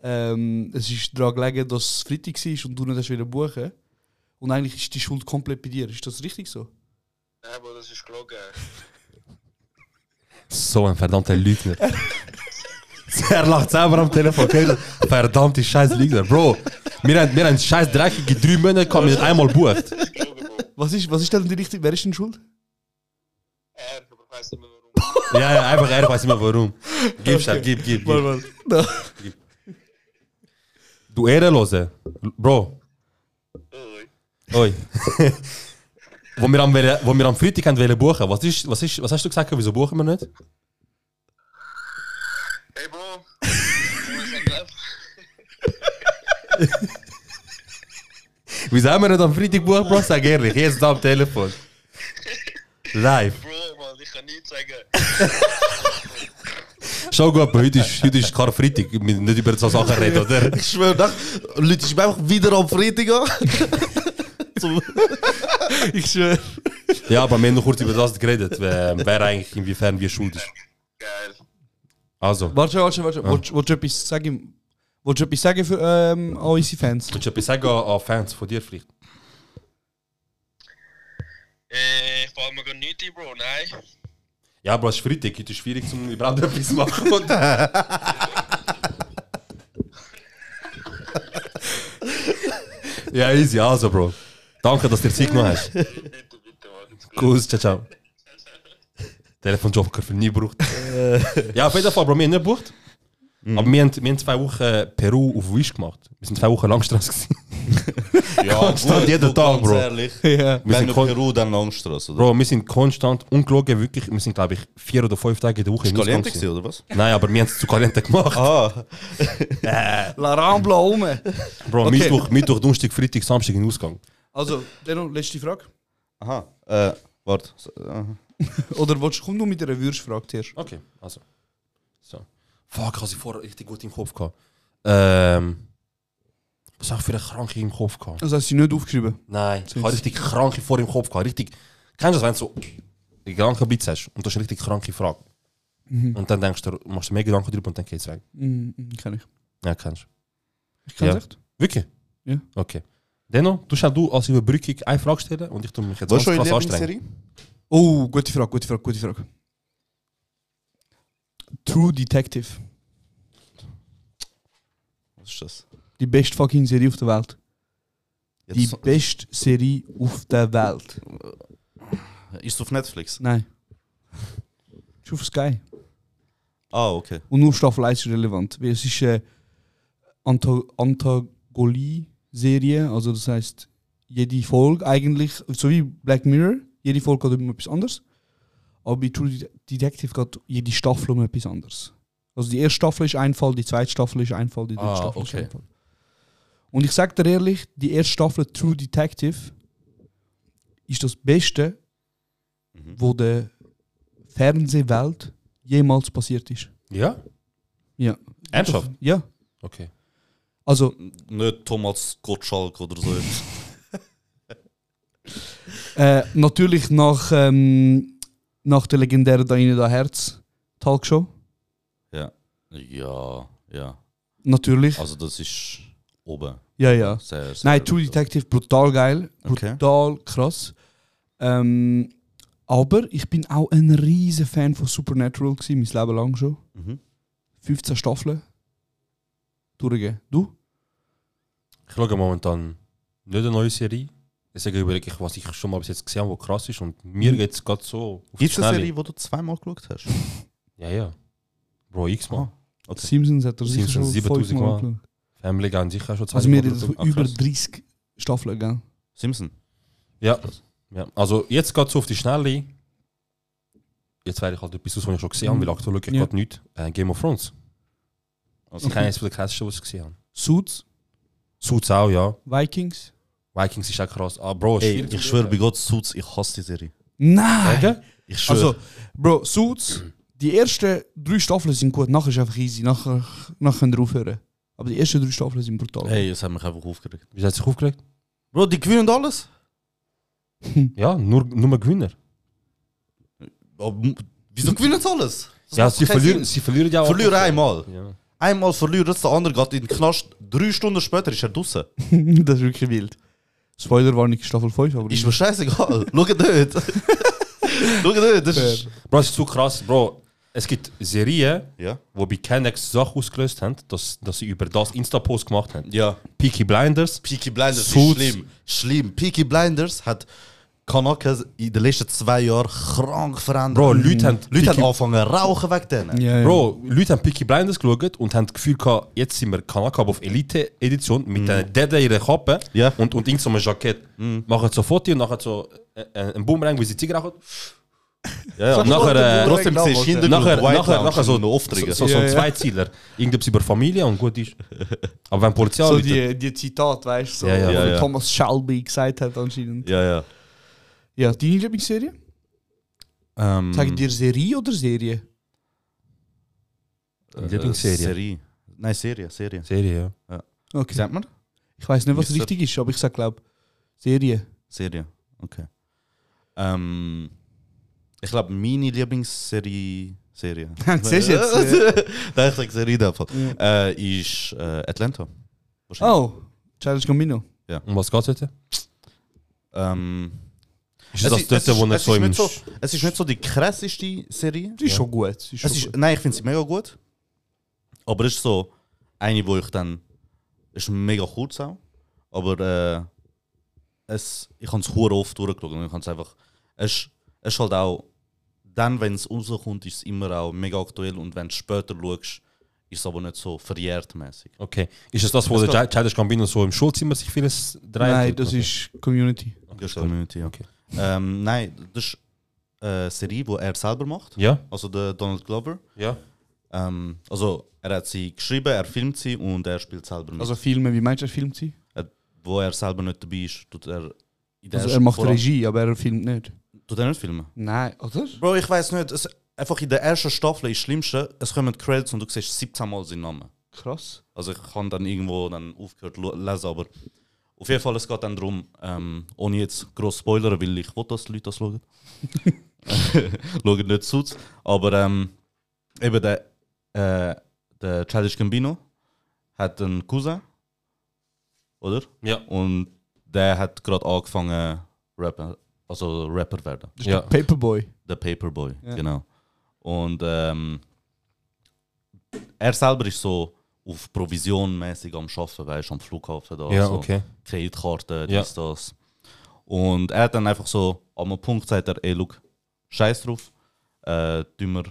Speaker 1: ähm, es ist daran gelegen, dass es Freitag war und du nicht hast wieder buchen. Und eigentlich ist die Schuld komplett bei dir. Ist das richtig so?
Speaker 8: Nein, Bro, das ist gelogen.
Speaker 6: so ein verdammter Lügner. er lacht selber am Telefon. gell? Verdammte scheiß Lügner. Bro, wir haben, wir haben scheiß dreckige drei Monate gehabt, wir haben einmal bucht.
Speaker 8: Das ist gelogen, Bro.
Speaker 1: Was ist, was ist denn die richtige? Wer ist denn schuld?
Speaker 8: Er, aber ich weiß nicht mehr warum.
Speaker 6: Ja, ja, einfach, er weiß nicht mehr warum. Gib, okay. gib, gib, gib. Du Ehrenlose. Bro,
Speaker 8: Ui.
Speaker 6: oi. wo, wir am, wele- wo wir am Freitag haben wollen buchen, was, ist, was, ist, was hast du gesagt, wieso buchen wir nicht?
Speaker 8: Hey, Bro. Du hast ja geglaubt.
Speaker 6: Wieso haben wir nicht am Freitag buchen, Bro? Sag ehrlich, jetzt da am Telefon. Live.
Speaker 8: Bro, Mann, ich kann nichts sagen.
Speaker 6: Schau gut, aber heute ist, heute ist Karfreitag, wir müssen nicht über so Sachen reden, oder?
Speaker 2: Ich schwöre, nach, Leute, ich bin einfach wieder am Freitag an. Zum,
Speaker 1: Ich schwöre.
Speaker 6: Ja, aber wir haben noch kurz über das geredet, wer, wer eigentlich inwiefern wir schuld ist.
Speaker 8: Geil.
Speaker 6: Also, willst
Speaker 1: Warte, warte, warte. Wolltest wolltest du etwas sagen? Wolltest du etwas sagen für ähm, an unsere Fans?
Speaker 6: du etwas sagen an an Fans von dir vielleicht?
Speaker 8: Äh, ich fahre mir gar nichts ein, Bro. Nein.
Speaker 6: Ja, aber es ist Freitag, heute ist schwierig, zum überhaupt etwas zu machen. Und ja, easy, also, Bro. Danke, dass du dir Zeit genommen hast.
Speaker 8: Bitte, bitte, Mann.
Speaker 6: Kuss, ciao, ciao. Telefonjoker für nie gebraucht. ja, auf jeden Fall, Bro, wir haben nicht gebucht.
Speaker 8: Mhm.
Speaker 6: Aber wir haben, wir haben zwei Wochen Peru auf Wish gemacht. Wir sind zwei Wochen Langstrasse. gewesen.
Speaker 2: Ja, gut,
Speaker 6: jeden
Speaker 2: du,
Speaker 6: Tag,
Speaker 2: ganz
Speaker 6: Bro.
Speaker 2: ehrlich.
Speaker 1: Ja.
Speaker 6: Wir
Speaker 2: Wenn
Speaker 6: sind
Speaker 2: du
Speaker 6: kon-
Speaker 2: Peru, dann Langstrasse. Oder?
Speaker 6: Bro, wir sind konstant ungelogen, wirklich. Wir sind, glaube ich, vier oder fünf Tage in der Woche
Speaker 2: Ist
Speaker 6: im Ausgang
Speaker 2: Caliente gewesen,
Speaker 6: gewesen.
Speaker 2: oder was?
Speaker 6: Nein, aber wir haben es zu Caliente gemacht.
Speaker 2: Ah,
Speaker 1: La Rambla um.
Speaker 6: Bro,
Speaker 1: Okay.
Speaker 6: Mittwoch, Mittwoch, Donnerstag, Freitag, Samstag in den Ausgang.
Speaker 1: Also, Leno, letzte Frage.
Speaker 2: aha. Äh, warte. So, äh,
Speaker 1: Oder willst du, komm nur mit einer Würstfrage zuerst.
Speaker 6: Okay, also. So. Fuck, ich habe sie vorher richtig gut im Kopf gehabt. Ähm. Was habe ich für eine Kranke im Kopf gehabt?
Speaker 1: Das hast du nicht aufgeschrieben.
Speaker 6: Nein, ich habe richtig kranke vor im Kopf gehabt. Richtig. Kennst du das, wenn du so die Gedankenbits hast und das ist eine richtig kranke Frage? Und dann denkst du, machst du mehr Gedanken drüber und dann geht's weg.
Speaker 1: Mhm, kenn ich.
Speaker 6: Ja, kennst du.
Speaker 1: Ich kann es
Speaker 6: Ja.
Speaker 1: echt.
Speaker 6: Wirklich?
Speaker 1: Ja.
Speaker 6: Okay. Dennoch, du schnell du als Überbrückung eine Frage stellen und ich tu mich jetzt
Speaker 2: was ist
Speaker 6: ganz
Speaker 2: eure
Speaker 6: krass anstrengen.
Speaker 2: Lieblingsserie?
Speaker 1: Oh, gute Frage, gute Frage, gute Frage. True Detective.
Speaker 2: Was ist das?
Speaker 1: Die beste fucking Serie auf der Welt. Die
Speaker 2: Jetzt,
Speaker 1: beste Serie auf der Welt.
Speaker 2: äh, ist es auf Netflix?
Speaker 1: Nein. Ist auf Sky.
Speaker 2: Ah, okay.
Speaker 1: Und nur Staffel 1 ist relevant. Weil es ist eine Anto- Antagonie-Serie. Also das heißt, jede Folge eigentlich, so wie Black Mirror, jede Folge geht um etwas anderes. Aber bei True Det- Detective geht jede Staffel um etwas anderes. Also die erste Staffel ist ein Fall, die zweite Staffel ist ein Fall, die dritte
Speaker 6: Ah,
Speaker 1: Staffel ist
Speaker 6: okay.
Speaker 1: ein Fall. Und ich sag dir ehrlich, die erste Staffel True Detective ist das Beste,
Speaker 6: Mhm.
Speaker 1: wo der Fernsehwelt jemals passiert ist.
Speaker 6: Ja?
Speaker 1: Ja.
Speaker 6: Ernsthaft?
Speaker 1: Ja.
Speaker 6: Okay.
Speaker 1: Also,
Speaker 2: Nicht Thomas Gottschalk oder so. etwas.
Speaker 1: äh, natürlich nach, ähm, nach der legendären Deine da Herz Talkshow.
Speaker 2: ja, ja.
Speaker 6: Ah.
Speaker 1: Natürlich.
Speaker 2: Also, das ist oben.
Speaker 1: ja, ja.
Speaker 2: Sehr, sehr
Speaker 1: Nein, True Detective, brutal geil.
Speaker 2: Okay.
Speaker 1: Brutal krass. Ähm, aber ich bin auch ein riesen Fan von Supernatural gewesen, mein Leben lang schon.
Speaker 2: Mhm.
Speaker 1: 15 Staffeln. Durchgehen. Du?
Speaker 6: Ich schaue momentan nicht eine neue Serie. Deswegen überlege ich, was ich schon mal bis jetzt gesehen habe, was krass ist. Und mir geht es gerade so. auf die
Speaker 2: Gibt es eine
Speaker 6: Schnelle.
Speaker 2: Serie, die du zweimal geschaut hast?
Speaker 6: Ja, ja. Bro,
Speaker 1: Ah.
Speaker 6: x-mal.
Speaker 2: Okay.
Speaker 1: Simpsons hat er sicher schon
Speaker 6: Simpsons 7000
Speaker 1: fünfmal
Speaker 6: Mal.
Speaker 1: geschaut.
Speaker 6: Family Guy sicher schon zwei
Speaker 1: Also mir
Speaker 6: Mal
Speaker 1: hat
Speaker 6: geschaut.
Speaker 2: Ah,
Speaker 1: über
Speaker 2: krass.
Speaker 1: 30 Staffeln, gell?
Speaker 2: Simpson.
Speaker 6: Ja. ja. Also jetzt geht es auf die Schnelle. Jetzt werde ich halt etwas aus, was ich schon gesehen habe, weil aktuell schaue ich
Speaker 1: Hm. Ja.
Speaker 6: gerade nichts. Äh, Game of Thrones.
Speaker 2: Also,
Speaker 6: Das ist keines von den krassesten, was ich gesehen habe.
Speaker 1: Suits,
Speaker 6: Suits auch, ja.
Speaker 1: Vikings.
Speaker 6: Vikings ist auch krass. Ah, Bro, ist
Speaker 2: Ey,
Speaker 6: schwierig.
Speaker 2: ich schwöre bei Gott, Suits, ich hasse die Serie.
Speaker 1: Nein!
Speaker 6: Sagen?
Speaker 2: Ich schwöre.
Speaker 1: Also, Bro, Suits, die ersten drei Staffeln sind gut, nachher ist einfach easy, nachher, nachher könnt ihr aufhören. Aber die ersten drei Staffeln sind brutal.
Speaker 2: Hey, es hat mich einfach aufgeregt.
Speaker 6: Wie hat sich aufgeregt?
Speaker 2: Bro, die gewinnen alles.
Speaker 6: Ja, nur, nur Gewinner.
Speaker 2: Aber Oh, m- wieso gewinnen sie alles? Das
Speaker 6: Ja,
Speaker 2: macht
Speaker 6: sie
Speaker 2: keinen
Speaker 6: verlieren,
Speaker 2: Sinn.
Speaker 6: sie verlieren ja auch.
Speaker 2: Verlieren einmal.
Speaker 6: Ja.
Speaker 2: Einmal verlieren sie, der andere geht in den Knast. Drei Stunden später ist er draußen.
Speaker 1: das ist wirklich wild. Spoiler war nicht Staffel 5, aber
Speaker 2: Ist mir scheißegal. Schau dort. Schau dort. Das ist...
Speaker 6: Bro, es ist so krass, Bro. Es gibt Serien,
Speaker 2: Ja.
Speaker 6: die bei Kennex Sachen ausgelöst haben, dass, dass sie über das Insta-Post gemacht haben.
Speaker 2: Ja.
Speaker 6: Peaky Blinders.
Speaker 2: Peaky Blinders
Speaker 6: Suits.
Speaker 2: ist schlimm. Schlimm. Peaky Blinders hat Kanaka in den letzten zwei Jahren krank verändert.
Speaker 6: Bro, Leute haben,
Speaker 2: Leute haben
Speaker 6: Peaky-
Speaker 2: angefangen zu rauchen wegen denen.
Speaker 1: ja, ja.
Speaker 6: Bro, Leute haben Peaky Blinders geschaut und haben das Gefühl gehabt, jetzt sind wir Kanaka aber auf Elite-Edition mit einer Dede in der Kappe
Speaker 2: Ja.
Speaker 6: und, und irgend so einem Jackett. Machen so Foto und nachher so äh, äh, einen Boomerang, wie sie Ziege rauchen. Ja, ja. Und nachher, äh,
Speaker 2: Trotzdem siehst du hinter
Speaker 6: nachher, nachher, nachher so,
Speaker 2: noch
Speaker 6: so,
Speaker 2: auftreten.
Speaker 6: so, so
Speaker 1: Ja,
Speaker 6: ein
Speaker 1: ja.
Speaker 6: Zweizieler. Irgendwas über Familie und gut ist. Aber wenn die Polizei
Speaker 1: so
Speaker 6: anruft-
Speaker 1: die, die Zitat, weißt du, so,
Speaker 6: Ja, ja,
Speaker 1: wo
Speaker 2: ja,
Speaker 1: der
Speaker 2: ja.
Speaker 1: Thomas Shelby gesagt hat anscheinend.
Speaker 2: Ja, ja.
Speaker 1: Ja, deine Lieblingsserie?
Speaker 2: Ähm,
Speaker 1: Sag ich dir Serie oder Serie?
Speaker 6: Lieblingsserie.
Speaker 2: äh, Serie. Nein, Serie, Serie.
Speaker 6: Serie, ja.
Speaker 1: Okay.
Speaker 2: Sagt man?
Speaker 1: Ich weiß nicht, was
Speaker 2: Mister-
Speaker 1: richtig ist, aber ich sag, glaub, Serie.
Speaker 2: Serie, okay. Ähm, ich glaube, meine Lieblingsserie. Serie.
Speaker 1: Siehst du jetzt,
Speaker 2: Nein, ich sage Serie in dem Fall. Äh, ist äh, Atlanta. Wahrscheinlich.
Speaker 1: Oh, Charles Gambino.
Speaker 6: Um was geht es heute?
Speaker 1: Oh.
Speaker 2: Ähm,
Speaker 6: Ist das dort, wo er
Speaker 2: es,
Speaker 6: so
Speaker 2: ist
Speaker 6: im...
Speaker 2: nicht so, es ist nicht so die krasseste Serie.
Speaker 1: Die ist schon gut. die Ist schon
Speaker 2: Es ist,
Speaker 1: gut.
Speaker 2: nein, ich finde sie mega gut. Aber es ist so eine, wo ich dann. ist mega kurz auch. Aber äh, es, ich habe es hure oft durchgeschaut. und Ich habe es einfach. Es, ist- es ist halt auch. Dann, wenn es rauskommt, ist es immer auch mega aktuell. Und wenn du später schaust, Ist aber nicht so verjährt mäßig.
Speaker 6: Okay. Ist es das, wo
Speaker 2: Das
Speaker 6: der Chi- Childish Gambino so im Schulzimmer sich vieles dreht?
Speaker 1: Nein, das
Speaker 6: Okay.
Speaker 1: ist Community.
Speaker 6: Okay,
Speaker 2: Das ist
Speaker 6: sorry.
Speaker 2: Community, ja.
Speaker 6: Okay.
Speaker 2: Ähm, nein, das ist eine Serie, die er selber macht.
Speaker 6: Ja,
Speaker 2: Also der Donald Glover.
Speaker 6: ja.
Speaker 2: Ähm, also er hat sie geschrieben, er filmt sie und er spielt selber mit.
Speaker 1: Also Filme, wie meinst du, er filmt sie?
Speaker 2: Er- wo er selber nicht dabei ist, tut er in der
Speaker 1: Also er
Speaker 2: ersten-
Speaker 1: macht
Speaker 2: vor allem-
Speaker 1: Regie, aber er filmt nicht.
Speaker 2: Tut er nicht filmen?
Speaker 1: Nein, oder?
Speaker 2: Bro, ich weiß nicht. Es, einfach in der ersten Staffel ist das Schlimmste. Es kommen die Credits und du siehst 17 Mal seinen Namen.
Speaker 1: Krass.
Speaker 2: Also ich habe dann irgendwo dann aufgehört lu- lesen, aber auf jeden Fall, es geht dann darum, ähm, ohne jetzt gross Spoiler, weil ich will, dass die Leute das schauen. schauen nicht zu. Aber ähm, eben der, äh, der Childish Gambino hat einen Cousin, oder?
Speaker 6: Ja.
Speaker 2: Und der hat gerade angefangen, Rapper, also Rapper werden.
Speaker 1: Das ist
Speaker 6: Ja.
Speaker 1: der Paperboy.
Speaker 2: Der Paperboy,
Speaker 1: Ja.
Speaker 2: genau. Und ähm, er selber ist so auf Provision mäßig am Arbeiten, weißt du, am Flughafen da.
Speaker 6: Ja,
Speaker 2: so
Speaker 6: okay.
Speaker 2: Kreditkarte,
Speaker 6: Ja.
Speaker 2: dies, das. Und er hat dann einfach so, an einem Punkt sagt er, ey, look, scheiß drauf, äh, tun wir,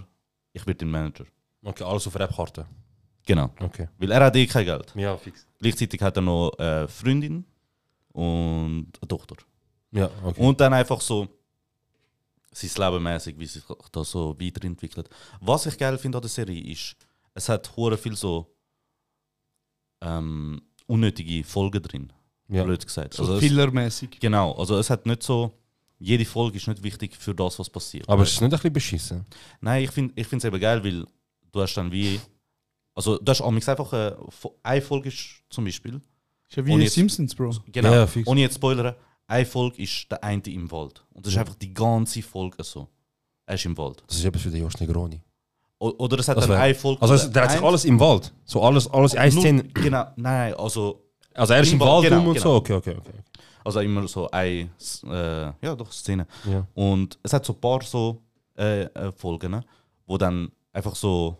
Speaker 2: ich werde dein Manager.
Speaker 6: Okay, alles auf Rap-Karte.
Speaker 2: Genau.
Speaker 6: Okay.
Speaker 2: Weil er hat eh kein Geld.
Speaker 6: Ja, fix.
Speaker 2: Gleichzeitig hat er noch eine Freundin und eine Tochter.
Speaker 6: Ja, okay.
Speaker 2: Und dann einfach so sein Leben mäßig, wie sich das so weiterentwickelt. Was ich geil finde an der Serie ist, es hat hure viel so ähm, unnötige Folgen drin,
Speaker 6: ja.
Speaker 2: blöd gesagt.
Speaker 1: So
Speaker 2: also es,
Speaker 1: Fillermäßig.
Speaker 2: genau, also es hat nicht so, jede Folge ist nicht wichtig für das, was passiert.
Speaker 6: Aber es ist nicht ein bisschen beschissen.
Speaker 2: Nein, ich finde es eben geil, weil du hast dann wie, also du hast amigs einfach äh, fo- eine Folge ist zum Beispiel,
Speaker 1: Ist ja wie
Speaker 2: Und
Speaker 1: die
Speaker 2: jetzt-
Speaker 1: Simpsons, Bro.
Speaker 2: genau,
Speaker 6: Ja, fix.
Speaker 2: ohne jetzt zu spoilern, eine Folge ist der eine im Wald. Und das ist
Speaker 6: Ja.
Speaker 2: einfach die ganze Folge so. Er ist im Wald.
Speaker 6: Das ist etwas für den Josh Negroni.
Speaker 2: O- Oder es hat
Speaker 6: Das
Speaker 2: dann
Speaker 6: wär-
Speaker 2: eine Folge.
Speaker 6: Also,
Speaker 2: wo
Speaker 6: es, der hat sich
Speaker 2: ein-
Speaker 6: alles im Wald. So alles, alles eine
Speaker 2: nur-
Speaker 6: Szene.
Speaker 2: Genau, nein, also,
Speaker 6: Also, er ist
Speaker 2: Im
Speaker 6: im
Speaker 2: Wald,
Speaker 6: Wald
Speaker 2: genau,
Speaker 6: rum und
Speaker 2: genau.
Speaker 6: so. Okay, okay, okay.
Speaker 2: also immer so eine, S- äh, ja doch, Szene.
Speaker 6: Ja.
Speaker 2: Und es hat so ein paar so äh, äh, Folgen, ne, wo dann einfach so,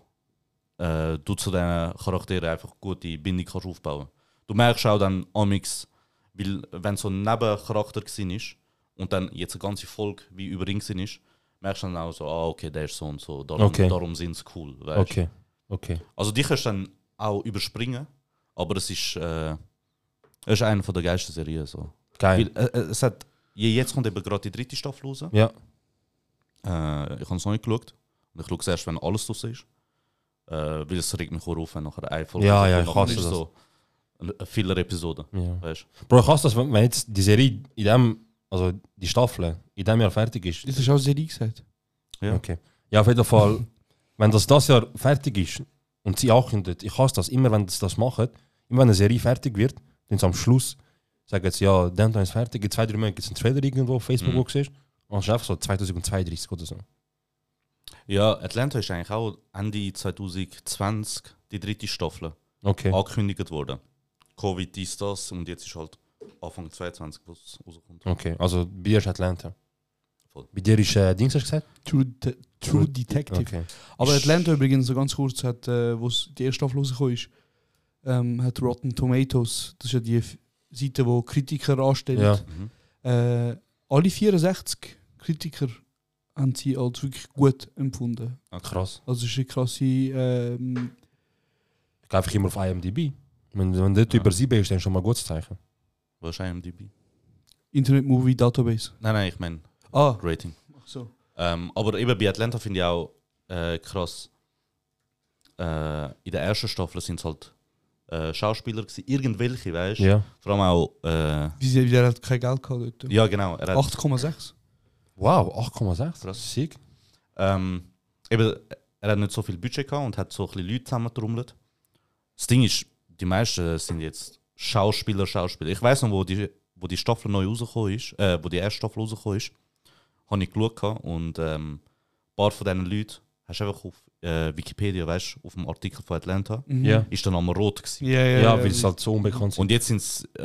Speaker 2: äh, du zu diesen Charakteren einfach gute Bindung kannst aufbauen Du merkst auch dann Amix, weil wenn so ein Nebencharakter gewesen ist und dann jetzt eine ganze Folge wie über ihn gewesen ist, merkst du dann auch so, ah, okay, der ist so und so, darum,
Speaker 6: Okay.
Speaker 2: darum sind sie cool. Weißt?
Speaker 6: Okay, okay.
Speaker 2: Also die kannst du dann auch überspringen, aber es ist, äh, es ist eine von der geilsten Serien. So. Weil,
Speaker 6: Geil.
Speaker 2: äh, äh, es hat, je- jetzt kommt eben gerade die dritte Staffel raus.
Speaker 6: Ja.
Speaker 2: Äh, ich habe es noch nicht geschaut. Und ich schaue es erst, wenn alles draus ist. Äh, weil es regt mich auch auf, wenn nachher eine Folge
Speaker 6: Ja,
Speaker 2: rauskommt.
Speaker 6: ja, ich
Speaker 2: Nachher
Speaker 6: hasse
Speaker 2: ist
Speaker 6: das.
Speaker 2: So ein- ein vieler Episoden.
Speaker 6: ja.
Speaker 2: Weißt?
Speaker 6: Bro, ich hasse das, wenn wenn jetzt die Serie in dem, also die Staffel in dem Jahr fertig ist.
Speaker 1: Das ist auch Serie gesagt.
Speaker 2: Ja.
Speaker 6: Okay. Ja, auf jeden Fall, wenn das das Jahr fertig ist und sie ankündigt, ich hasse das immer, wenn sie das machen, immer wenn eine Serie fertig wird, dann am Schluss sagen sie, ja, dann ist fertig, in zwei, drei Monaten gibt es einen Trailer irgendwo auf Facebook,
Speaker 2: Mhm.
Speaker 6: wo du siehst, und es ist einfach so 2032 oder so.
Speaker 2: Ja, Atlanta ist eigentlich auch Ende 2020 die dritte Staffel
Speaker 6: Okay.
Speaker 2: angekündigt worden. Covid ist das und jetzt ist halt Anfang 22, wo es rauskommt.
Speaker 6: Okay, also bei dir ist Atlanta.
Speaker 2: Voll.
Speaker 6: Bei dir ist äh, Dings, hast du gesagt?
Speaker 1: True, De True Detective.
Speaker 6: Okay.
Speaker 1: Aber Atlanta übrigens, so ganz kurz, hat, äh, wo die erste Staffel rausgekommen ist, ähm, hat Rotten Tomatoes, das ist ja die F- Seite, wo Kritiker anstellen,
Speaker 6: Ja.
Speaker 2: Mhm.
Speaker 1: äh, alle 64 Kritiker haben sie als wirklich gut empfunden.
Speaker 6: Krass.
Speaker 1: Also es ist eine krasse... Ähm,
Speaker 6: Ich gehe einfach immer auf IMDb. Wenn, wenn dort
Speaker 2: Ja.
Speaker 6: über sie bist, dann schon mal gutes Zeichen.
Speaker 2: Wahrscheinlich IMDb.
Speaker 1: Internet Movie Database.
Speaker 2: Nein, nein, ich meine
Speaker 1: Ah,
Speaker 2: Rating.
Speaker 1: ach so.
Speaker 2: Ähm, aber eben bei Atlanta finde ich auch äh, krass. Äh, in der ersten Staffel sind es halt äh, Schauspieler gewesen, irgendwelche, weißt du?
Speaker 6: Ja.
Speaker 2: Vor allem auch. Äh,
Speaker 1: Wie sie, der hat halt kein Geld gehabt dort.
Speaker 2: ja, genau. Er hat,
Speaker 1: 8,6.
Speaker 6: Wow, 8,6.
Speaker 2: Krass.
Speaker 6: Sick.
Speaker 2: ähm, eben, er hat nicht so viel Budget gehabt und hat so ein bisschen Leute zusammengetrommelt. Das Ding ist, die meisten sind jetzt Schauspieler, Schauspieler. Ich weiß noch, wo die, wo die Staffel neu rausgekommen ist, äh, wo die erste Staffel rausgekommen ist, habe ich geschaut gehabt und ähm, ein paar von diesen Leuten hast du einfach auf äh, Wikipedia, weißt du, auf dem Artikel von Atlanta,
Speaker 1: Mhm.
Speaker 6: Ja.
Speaker 2: ist dann einmal rot gewesen.
Speaker 1: Ja, ja,
Speaker 6: Ja, weil es halt so unbekannt sind.
Speaker 2: Und jetzt sind es äh,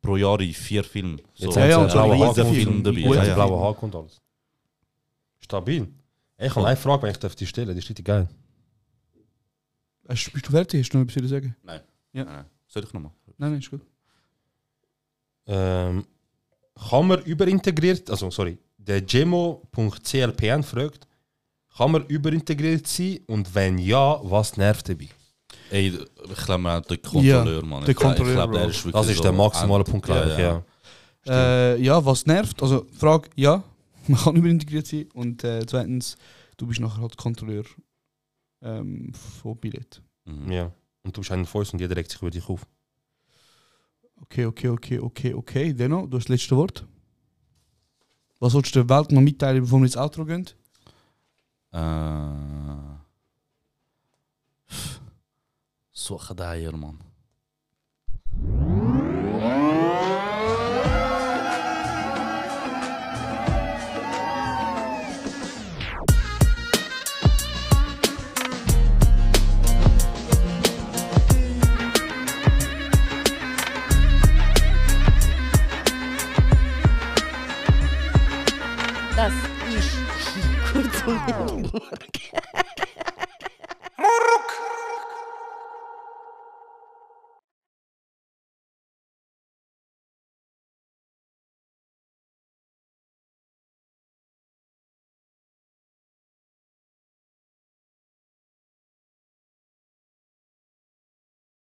Speaker 2: pro Jahr in vier Filme. So.
Speaker 6: Jetzt
Speaker 1: Ja,
Speaker 6: haben
Speaker 1: ja,
Speaker 6: sie
Speaker 1: und
Speaker 6: einen
Speaker 1: so
Speaker 6: blauen
Speaker 1: riesen
Speaker 6: Haken und
Speaker 1: Film
Speaker 6: einen
Speaker 2: dabei.
Speaker 6: blauen-
Speaker 2: Ja, ja.
Speaker 6: blauen Haken und alles. Stabil. Ey, Ich habe eine Frage, wenn ich darf die stellen die ist richtig geil.
Speaker 1: Hast, bist Äh, du fertig? Hast du noch etwas zu sagen?
Speaker 2: Äh, Soll ich nochmal?
Speaker 1: Nein, nein, ist gut.
Speaker 6: Ähm, kann man überintegriert, also sorry, der gemo.clpn fragt, kann man überintegriert sein und wenn ja, was nervt dabei?
Speaker 2: Ey, ich glaube, der Kontrolleur, Mann.
Speaker 1: der
Speaker 2: Ich glaub- ich
Speaker 1: Kontrolleur,
Speaker 2: glaub, der
Speaker 1: Bro.
Speaker 2: ist wirklich
Speaker 6: Das ist
Speaker 2: so
Speaker 6: der maximale
Speaker 2: ein-
Speaker 6: Punkt, glaube ich. Ja.
Speaker 1: Äh, ja, was nervt? Also, Frage, ja, man kann überintegriert sein. Und äh, zweitens, du bist nachher halt Kontrolleur ähm, von Billett.
Speaker 2: Mhm.
Speaker 6: Ja. Und du bist ein Fäust und jeder regt sich über dich auf.
Speaker 1: Okay, okay, okay, okay, okay. Denno, du hast das letzte Wort. Was sollst du der Welt noch mitteilen, bevor wir ins Outro gehen?
Speaker 2: Äh. Suche den Eier, Mann.
Speaker 7: Das ist kurz und